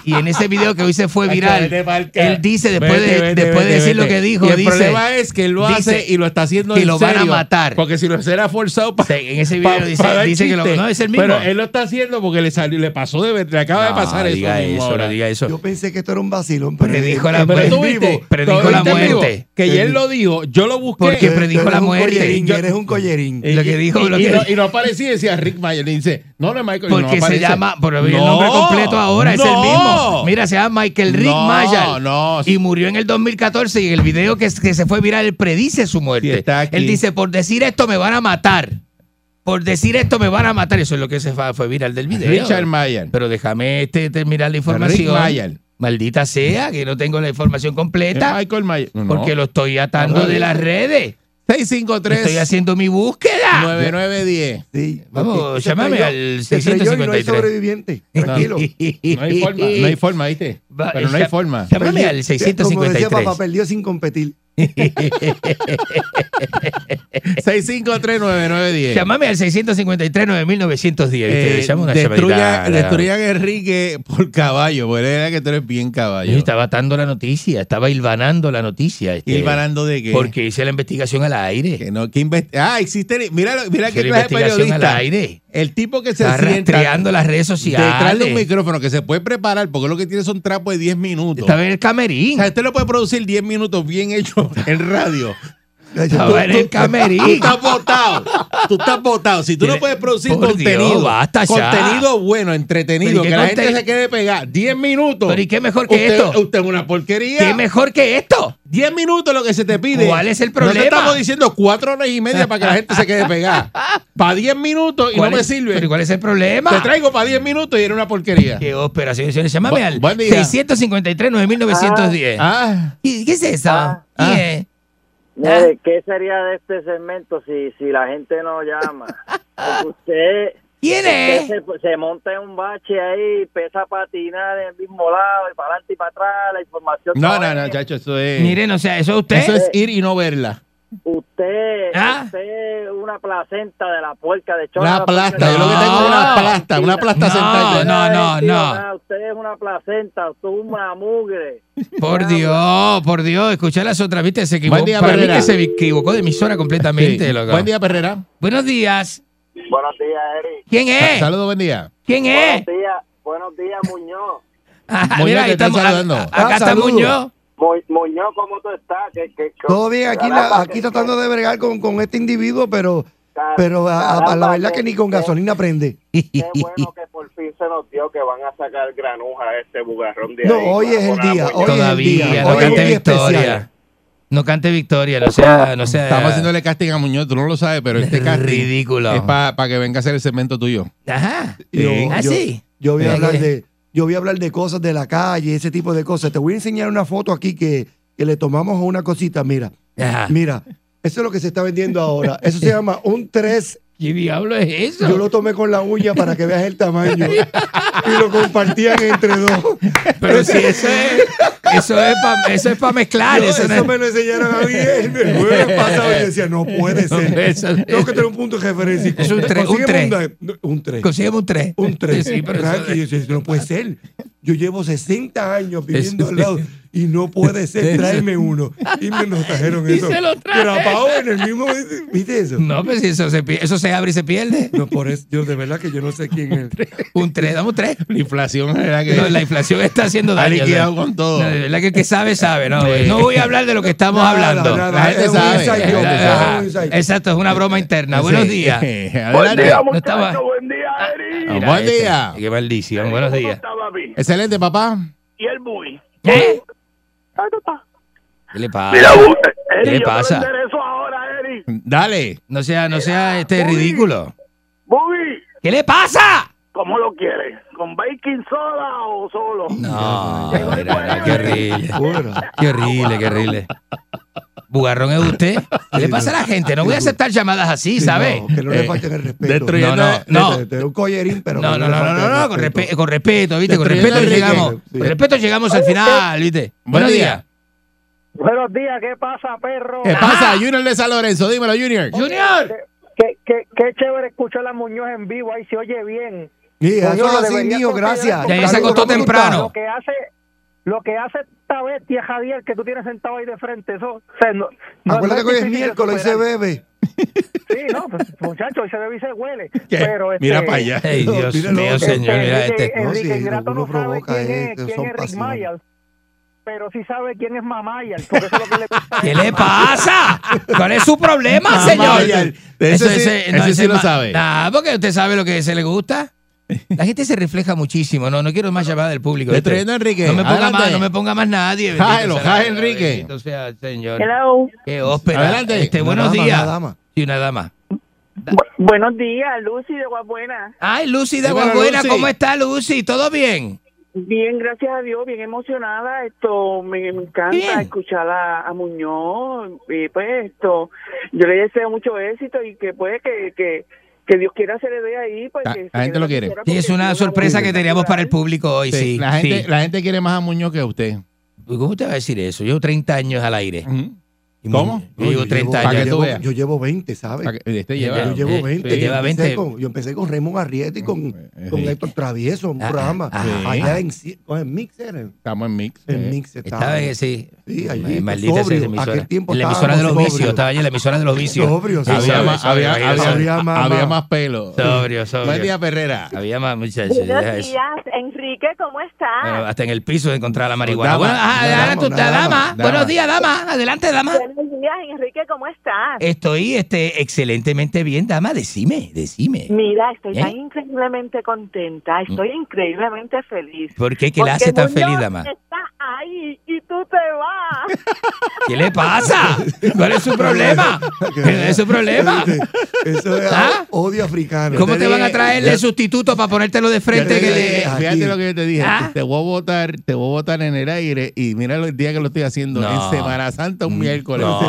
y en ese video que hoy se fue viral, Vete, Marca. él dice, después de, Vete, vete, después de vete, decir lo vete. que dijo, Y el dice, problema es que él lo dice hace y lo está haciendo que en lo van a serio, matar. Porque si lo será forzado se- para. en ese video dice, dice que lo, no es el mismo. Pero él lo está haciendo porque le salió, le pasó de ver- le acaba de No, pasar eso. diga mismo eso, ahora. no diga Yo eso. pensé que esto era un vacilón, pero Predijo la- en Pero tú vivo. viste, predijo ¿tú la viste en vivo? muerte. Que ya él lo dijo, yo lo busqué. Porque Tú- tú predijo eres la un muerte. Collerín, Yo- eres un collerín. Lo que dijo, y, lo y que- no, y no aparecía, decía Rick Mayer. Y dice, no, no es Michael. y no Porque se aparece. llama, pero el No, nombre completo ahora es el no. mismo. Mira, se llama Michael Rick No, Mayall. no, sí. y murió en el 2014 y en el video que, que se fue viral, él predice su muerte. Sí, está aquí. él dice, por decir esto me van a matar. Por decir esto me van a matar. Eso es lo que se fa- fue viral del video. Richard Mayer. Pero déjame este, terminar la Rick información. Mayer. Maldita sea, que no tengo la información Es completa Michael Mayer. No, no. porque lo estoy atando No, de las redes. Estoy 653 haciendo mi búsqueda. 9910. Sí, Vamos, porque se llámame estrelló- al se estrelló y No hay 653. sobreviviente. No. Tranquilo. No hay forma, no hay forma, ¿viste? Va- Pero no hay ya- forma. Llámame al Como decía 653. papá, perdió sin competir. 6539910. Llámame al 653-9910. Eh, ¿viste? Llama una llamadita, destruyan, la- destruyan a Enrique por caballo, porque era que tú eres bien Yo caballo. estaba atando la noticia, estaba hilvanando la noticia. este, ¿Y ganando de qué? Porque hice la investigación al aire. Que no, que investi- ah, existe. Mira, lo- mira Hice qué la clase de investigación al periodista. aire. El tipo que se Está sienta rastreando las redes detrás de un sociales. micrófono que se puede preparar, porque lo que tiene son trapos de 10 minutos. Estaba en el O camerín. sea, usted lo puede producir 10 minutos bien hecho en radio. Estaba en el Tú camerín. estás votado. Tú estás votado. Si tú no Tiene- puedes producir Por contenido, Dios, basta ya. contenido bueno, entretenido, Pero ¿y que qué la conte- gente se quede pegada 10 minutos. Pero ¿y qué mejor que usted, esto? Usted es una porquería. ¿Qué mejor que esto? 10 minutos lo que se te pide. ¿Cuál es el No problema? te estamos diciendo 4 horas y media para que la gente se quede pegada. Para 10 minutos y no ¿Cuál me es- sirve. pero ¿Cuál es el problema? Te traigo para 10 minutos y era una porquería. ¿Qué operación? señores? Llámame Bu- al buen día. 653-9910. Ah, ¿Y ¿Qué es eso? Ah, ¿Y ah. qué? Mire, eh, ¿qué sería de este segmento si, si la gente no llama? Porque usted, ¿Quién usted es? se, se monta en un bache ahí, empieza a patinar en el mismo lado, y para adelante y para atrás, la información. no, no, no, chacho, eso es. Miren, o sea, eso es usted. eso es ir y no verla. Usted, Ah. usted es una placenta de la puerca de chorro. La plasta. Yo lo que tengo es una plasta. Una plasta No, sentada. no, no, no. Usted es una placenta, usted es una mugre. Por Dios, por Dios, escuchar las otras, viste, se equivocó. Buen día, Para mí Barrera. que se equivocó de emisora completamente, Sí. loco. Buen día, Perrera. Buenos días. Buenos días, Eric. ¿Quién es? Saludos, buen día. ¿Quién es? días, buenos días, Muñoz. Ah, Muñoz, mira, te ahí están estamos. a- saludando. a- Ah, Acá está saludos. Muñoz. Mu- Muñoz, ¿cómo tú estás? ¿Qué, qué- qué- Todo bien, aquí, la- caramba, aquí que- tratando de bregar con, con este individuo, pero, Car- pero a- a- a la caramba, verdad que ni con qué- gasolina prende. Qué bueno que por fin se nos dio que van a sacar granuja a este bugarrón de No, ahí. hoy Van a es el poner a día, Muñoz. hoy es el día, Todavía, hoy no es el cante día victoria. especial. No cante victoria, no sea, no sea. Estamos haciéndole casting a Muñoz, tú no lo sabes, pero este casting Ridículo. es para que venga a hacer el segmento tuyo. Ajá. Yo- ¿Ah, yo- sí? Yo voy Eh, a hablar eh. de, yo voy a hablar de cosas de la calle, ese tipo de cosas. Te voy a enseñar una foto aquí que, que le tomamos a una cosita. Mira, Ajá. mira, eso es lo que se está vendiendo ahora. Eso se llama un 3. ¿Qué diablo es eso? Yo lo tomé con la uña para que veas el tamaño. Y lo compartían entre dos. Pero si eso es, eso es para eso es pa mezclar. Yo- eso eso no es- me lo enseñaron a mí eh. el, el jueves pasado y decía, no puede ser. Eso- Tengo que tener un punto de referencia. Es un tres, un tres. Un 3. Consígueme un 3. Un 3. Sí, pero eso- no puede ser. Yo llevo 60 años viviendo al lado y no puede ser. Tráeme uno. Y me lo trajeron Y eso. se lo traen. Grabado en el mismo. ¿Viste eso? No, pues si eso se, pi- eso se abre y se pierde. No, por eso. Yo de verdad que yo no sé quién es. Un 3, damos 3. La inflación es la que No, la inflación está haciendo ha daño. o sea. liquidado con todo. No, de verdad que el que sabe, sabe. No, no voy a hablar de lo que estamos Nada, hablando. nada, La gente es un sabe. inside joke, Ajá. es un inside joke. Exacto, es una broma interna. Buenos Sí. días. Adelante. Buen día, No estaba- muchachos. Buen día, Eric. Mira Buen este. día. Qué maldición. Buenos ¿Cómo días. está, papi? Ese Excelente, papá. y el bui. ¿Qué? ¿Dónde está? ¿Qué le pasa? Mira, bu- ¿Qué Eri, le yo pasa? te lo enderezo ahora, Eri. Dale. No sea, no sea este ridículo. Bubi, ¿Qué le pasa? ¿cómo lo quieres? ¿Con baking soda o solo? No, mira, mira, qué horrible. Qué horrible, qué horrible. Bugarrón es usted. ¿Qué le pasa a la gente? No voy a aceptar llamadas así, Sí, ¿sabes? no, que no le Eh, falten el respeto. destruyendo- No, no, no. Te- te- te- un collerín, pero no, que no, le no, no, falte no, el no, con, respe- con respeto, ¿viste? Con Destruyendo respeto el llegamos. relleno, sí. Con respeto llegamos al final, ¿viste? Buenos días. Buenos días, ¿qué pasa, perro? ¿Qué pasa? Junior de San Lorenzo, dímelo, Junior. ¡Junior! Qué, qué, qué chévere escuchar a la Muñoz en vivo, ahí se oye bien. Sí, eso Coño, es lo así, debería mío, considerar gracias. como- Ya, ya se acostó Lo que- temprano. Lo que hace, lo que hace esta bestia, Javier, que tú tienes sentado ahí de frente, eso... o sea, no, no- Acuérdate no que hoy es difícil de miércoles y se superar. bebe. Sí, no, pues, muchacho, hoy se bebe y se huele. ¿Qué? Pero este, Mira pa' allá. Ey, Dios Míralo. mío, Este, señor, mira Enrique, este. No, sí, Enrique Ingrato uno no sabe provoca, quién eh, es, que quién son es Rick pasiones. Mayall, pero sí sabe quién es Mamayal, porque eso es lo que le gusta. ¿Qué le pasa? ¿Cuál es su problema, Ah, señor? vaya. Ese sí- ese sí lo ma- sabe. Nah, porque usted sabe lo que se le gusta. La gente se refleja muchísimo. No, no quiero más llamadas del público. ¿viste? Destruyendo a Enrique. este, No me ponga Adelante. más, no me ponga más nadie. bendito Jáelo, sea la- jáelo, Enrique. bendito sea el señor. Hello. Qué ópera. Adelante. Este, Una buenos dama, días. una dama. Y una dama. Buenos días, Lucy de Guabuena. Ay, Lucy de Dímelo, Aguabuena, Lucy. ¿cómo está Lucy? ¿Todo bien? Bien, gracias a Dios, bien emocionada. Esto me, me encanta Bien. escuchar a, a Muñoz. Y pues esto, yo le deseo mucho éxito y que puede que, que, que Dios quiera se le dé ahí. Pues, La- que se la gente quede lo quiere. quiera, Sí, es porque una tiene sorpresa que buena teníamos para el natural. público hoy, sí. Sí, la, gente, sí. la gente quiere más a Muñoz que a usted. ¿Cómo usted va a decir eso? Yo 30 años al aire. Ujú. Y ¿Cómo? me- Yo llevo 30 para años. que tú Yo llevo- veas. Yo llevo 20, Pa' ¿sabes? que- Este Ya, lleva. Yo eh, llevo eh, 20. te lleva Yo empecé 20. con- yo empecé con Raymond Arrieta y con, Eh, con sí. Héctor Travieso, un Ah, programa. ah, allá ah. en si- con el Mixer. El, Estamos en mix. el eh. Mixer Estaba en sí. Sí, allí, Ay, Maldita sobrio. sea esa emisora. Aquel tiempo En la emisora de los estábamos vicios. sobrios. Estaba allí en la emisora de los vicios. Sobrio, sí. Había Había, Sobrio, más, sobrio, había, había había- sobrio. había Había más pelo. Sobrio, sobrio. Buen día, Perrera. Había más muchachos. deja Buenos eso. días, Enrique, ¿cómo estás? Bueno, hasta en el piso de encontrar la marihuana. Pues Dama, bueno, ajá, dama, adelante usted, una dama. dama, dama. Buenos días, dama. Adelante, dama. Buenos días, Enrique, ¿cómo estás? Estoy este, excelentemente bien, dama. Decime, decime. Mira, estoy ¿Eh? Mm. tan increíblemente contenta, estoy increíblemente feliz. ¿Por qué? ¿Qué la hace tan feliz, dama? Está ahí y tú te vas. ¿Qué le pasa? ¿Cuál es su problema? ¿Cuál es su problema? Eso es ¿Ah? odio africano. ¿Cómo te van a Ya- traerle sustituto para ponértelo de Fíjate, Ya frente? que te de- dije. aquí. fíjate lo que yo te dije. Ah. Te voy a votar, te voy a votar en el aire y mira los días que lo estoy haciendo. No. En Semana Santa, un miércoles. No.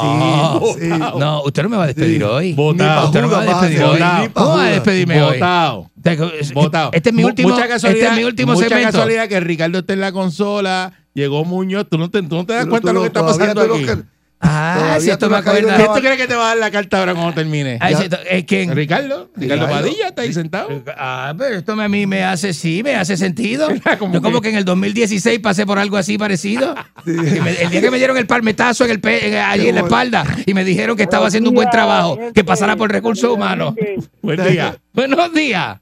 Sí, sí. No, usted no me va a despedir Sí. hoy. Votado. Usted no me va a despedir hoy. Votado. ¿Cómo va a despedirme hoy? Votado. Tengo- es- Votado. Este es mi Mu- último, mucha casualidad, este es mi último mucha segmento. casualidad que Ricardo esté en la consola, llegó Muñoz. Tú no te, tú no te das Tú- cuenta tú de lo no- que está todavía pasando tú no aquí. que- Ah, Todavía si esto tú no me has caído en acuerda. ¿Quién tú crees que te va a dar la carta ahora cuando termine? Ah, si esto- eh, ¿Quién? Ricardo. Ricardo Ricardo. Padilla está ahí sentado. Ah, pero esto me- a mí me hace, sí, me hace sentido. Como Yo como que- que en el 2016 pasé por algo así parecido. Que me- el día que me dieron el palmetazo en el pe- en- ahí en la espalda y me dijeron que estaba haciendo un buen trabajo, que pasara por recursos humanos. Buen día. Buenos días.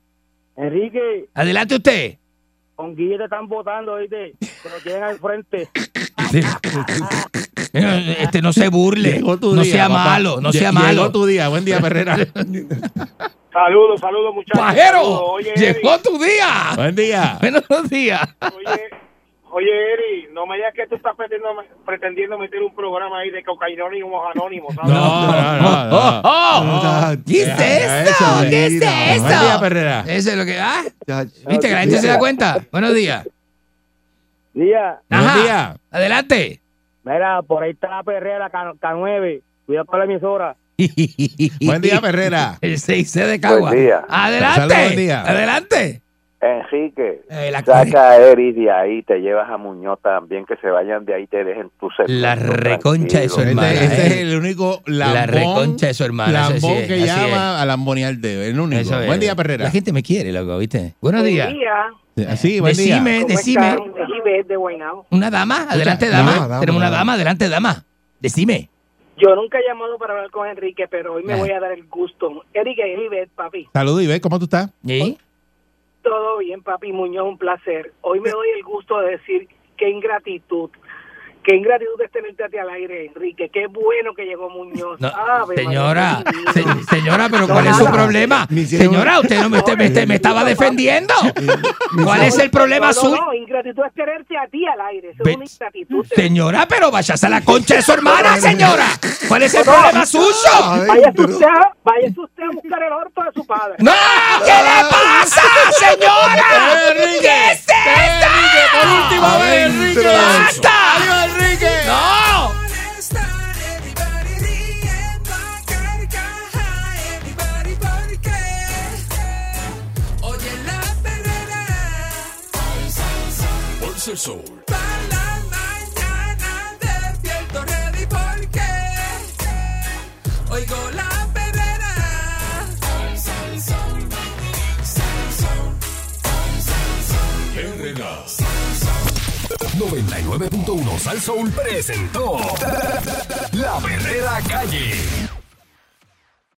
Enrique, Adelante usted. con Guille te están votando, oíste, que lo tienen al frente. Este no se burle, Llegó tu no día, sea papá. malo, no Lle- sea Llegó malo. tu día. Buen día, Perrera. Saludos, saludos, muchachos. Saludos. Pajero, Oye, Eri, llegó tu día. Buen día. Buenos días. oye, oye, Eri, no me digas que tú estás pretendiendo, pretendiendo meter un programa ahí de cocainónimos anónimos, ¿sabes? No, no, no. Oh, no. oh. Chacho, ¿Qué es eso? chacho, ¿Qué es mira. eso? Buen día, Perrera. Eso es lo que ah. va. Chacho. ¿Viste que la gente se da cuenta? Buenos días. Día, Ajá. Buen día. Adelante. mira, por ahí está la perrera K9, cuidado con la emisora. Buen día, Perrera. El 6C de Cagua. Buen día. Adelante. Saludos, buen día. Adelante. Enrique, Eh, la saca a Eris de ahí, te llevas a Muñoz también, que se vayan de ahí, te dejen tu segmento. La reconcha de su tranquilo. hermana. Este, este eh. es el único lambón, La reconcha de su hermana, eso sí Lambón es, que así llama a lambonearte. El único. Eso es. Buen día, Perrera. La gente me quiere, loco, ¿viste? Buenos días. Sí, buen día. decime, decime. de Guaynabo. Una dama, adelante, Escucha, dama. dama, dama, Tenemos una dama. dama, adelante, dama. Decime. Yo nunca he llamado para hablar con Enrique, pero hoy me voy a dar el gusto. Enrique, Ivette, papi. Saludos, Ibe. ¿Cómo tú estás? ¿Sí? Todo bien, papi Muñoz, un placer. Hoy me doy el gusto de decir qué ingratitud. Qué ingratitud es tenerte a ti al aire, Enrique. Qué bueno que llegó Muñoz. Ah, No, Ave señora, María. se- señora, pero ¿cuál es su problema? Señora, usted no me, usted me- usted me estaba defendiendo. ¿Cuál es el No, problema no, suyo? No, ingratitud es tenerte a ti al aire. Eso Ve- es una ingratitud. Señora, pero váyase a la concha de su hermana, señora. ¿Cuál es el problema suyo? Vaya usted, a- váyase usted a buscar el orto de su padre. ¡No! ¿Qué Ah. le pasa, señora? ¿Qué es esto? Por última vez, Enrique. ¡Basta! ¡Arriba, Enrique! ¡No! Oye la perrera. Por ser sol. Pa' la mañana despierto ready porque oigo la perrera. Sal, sol, sal, sol, sal, sol. 99.1 Sal Soul presentó La Verdadera Calle.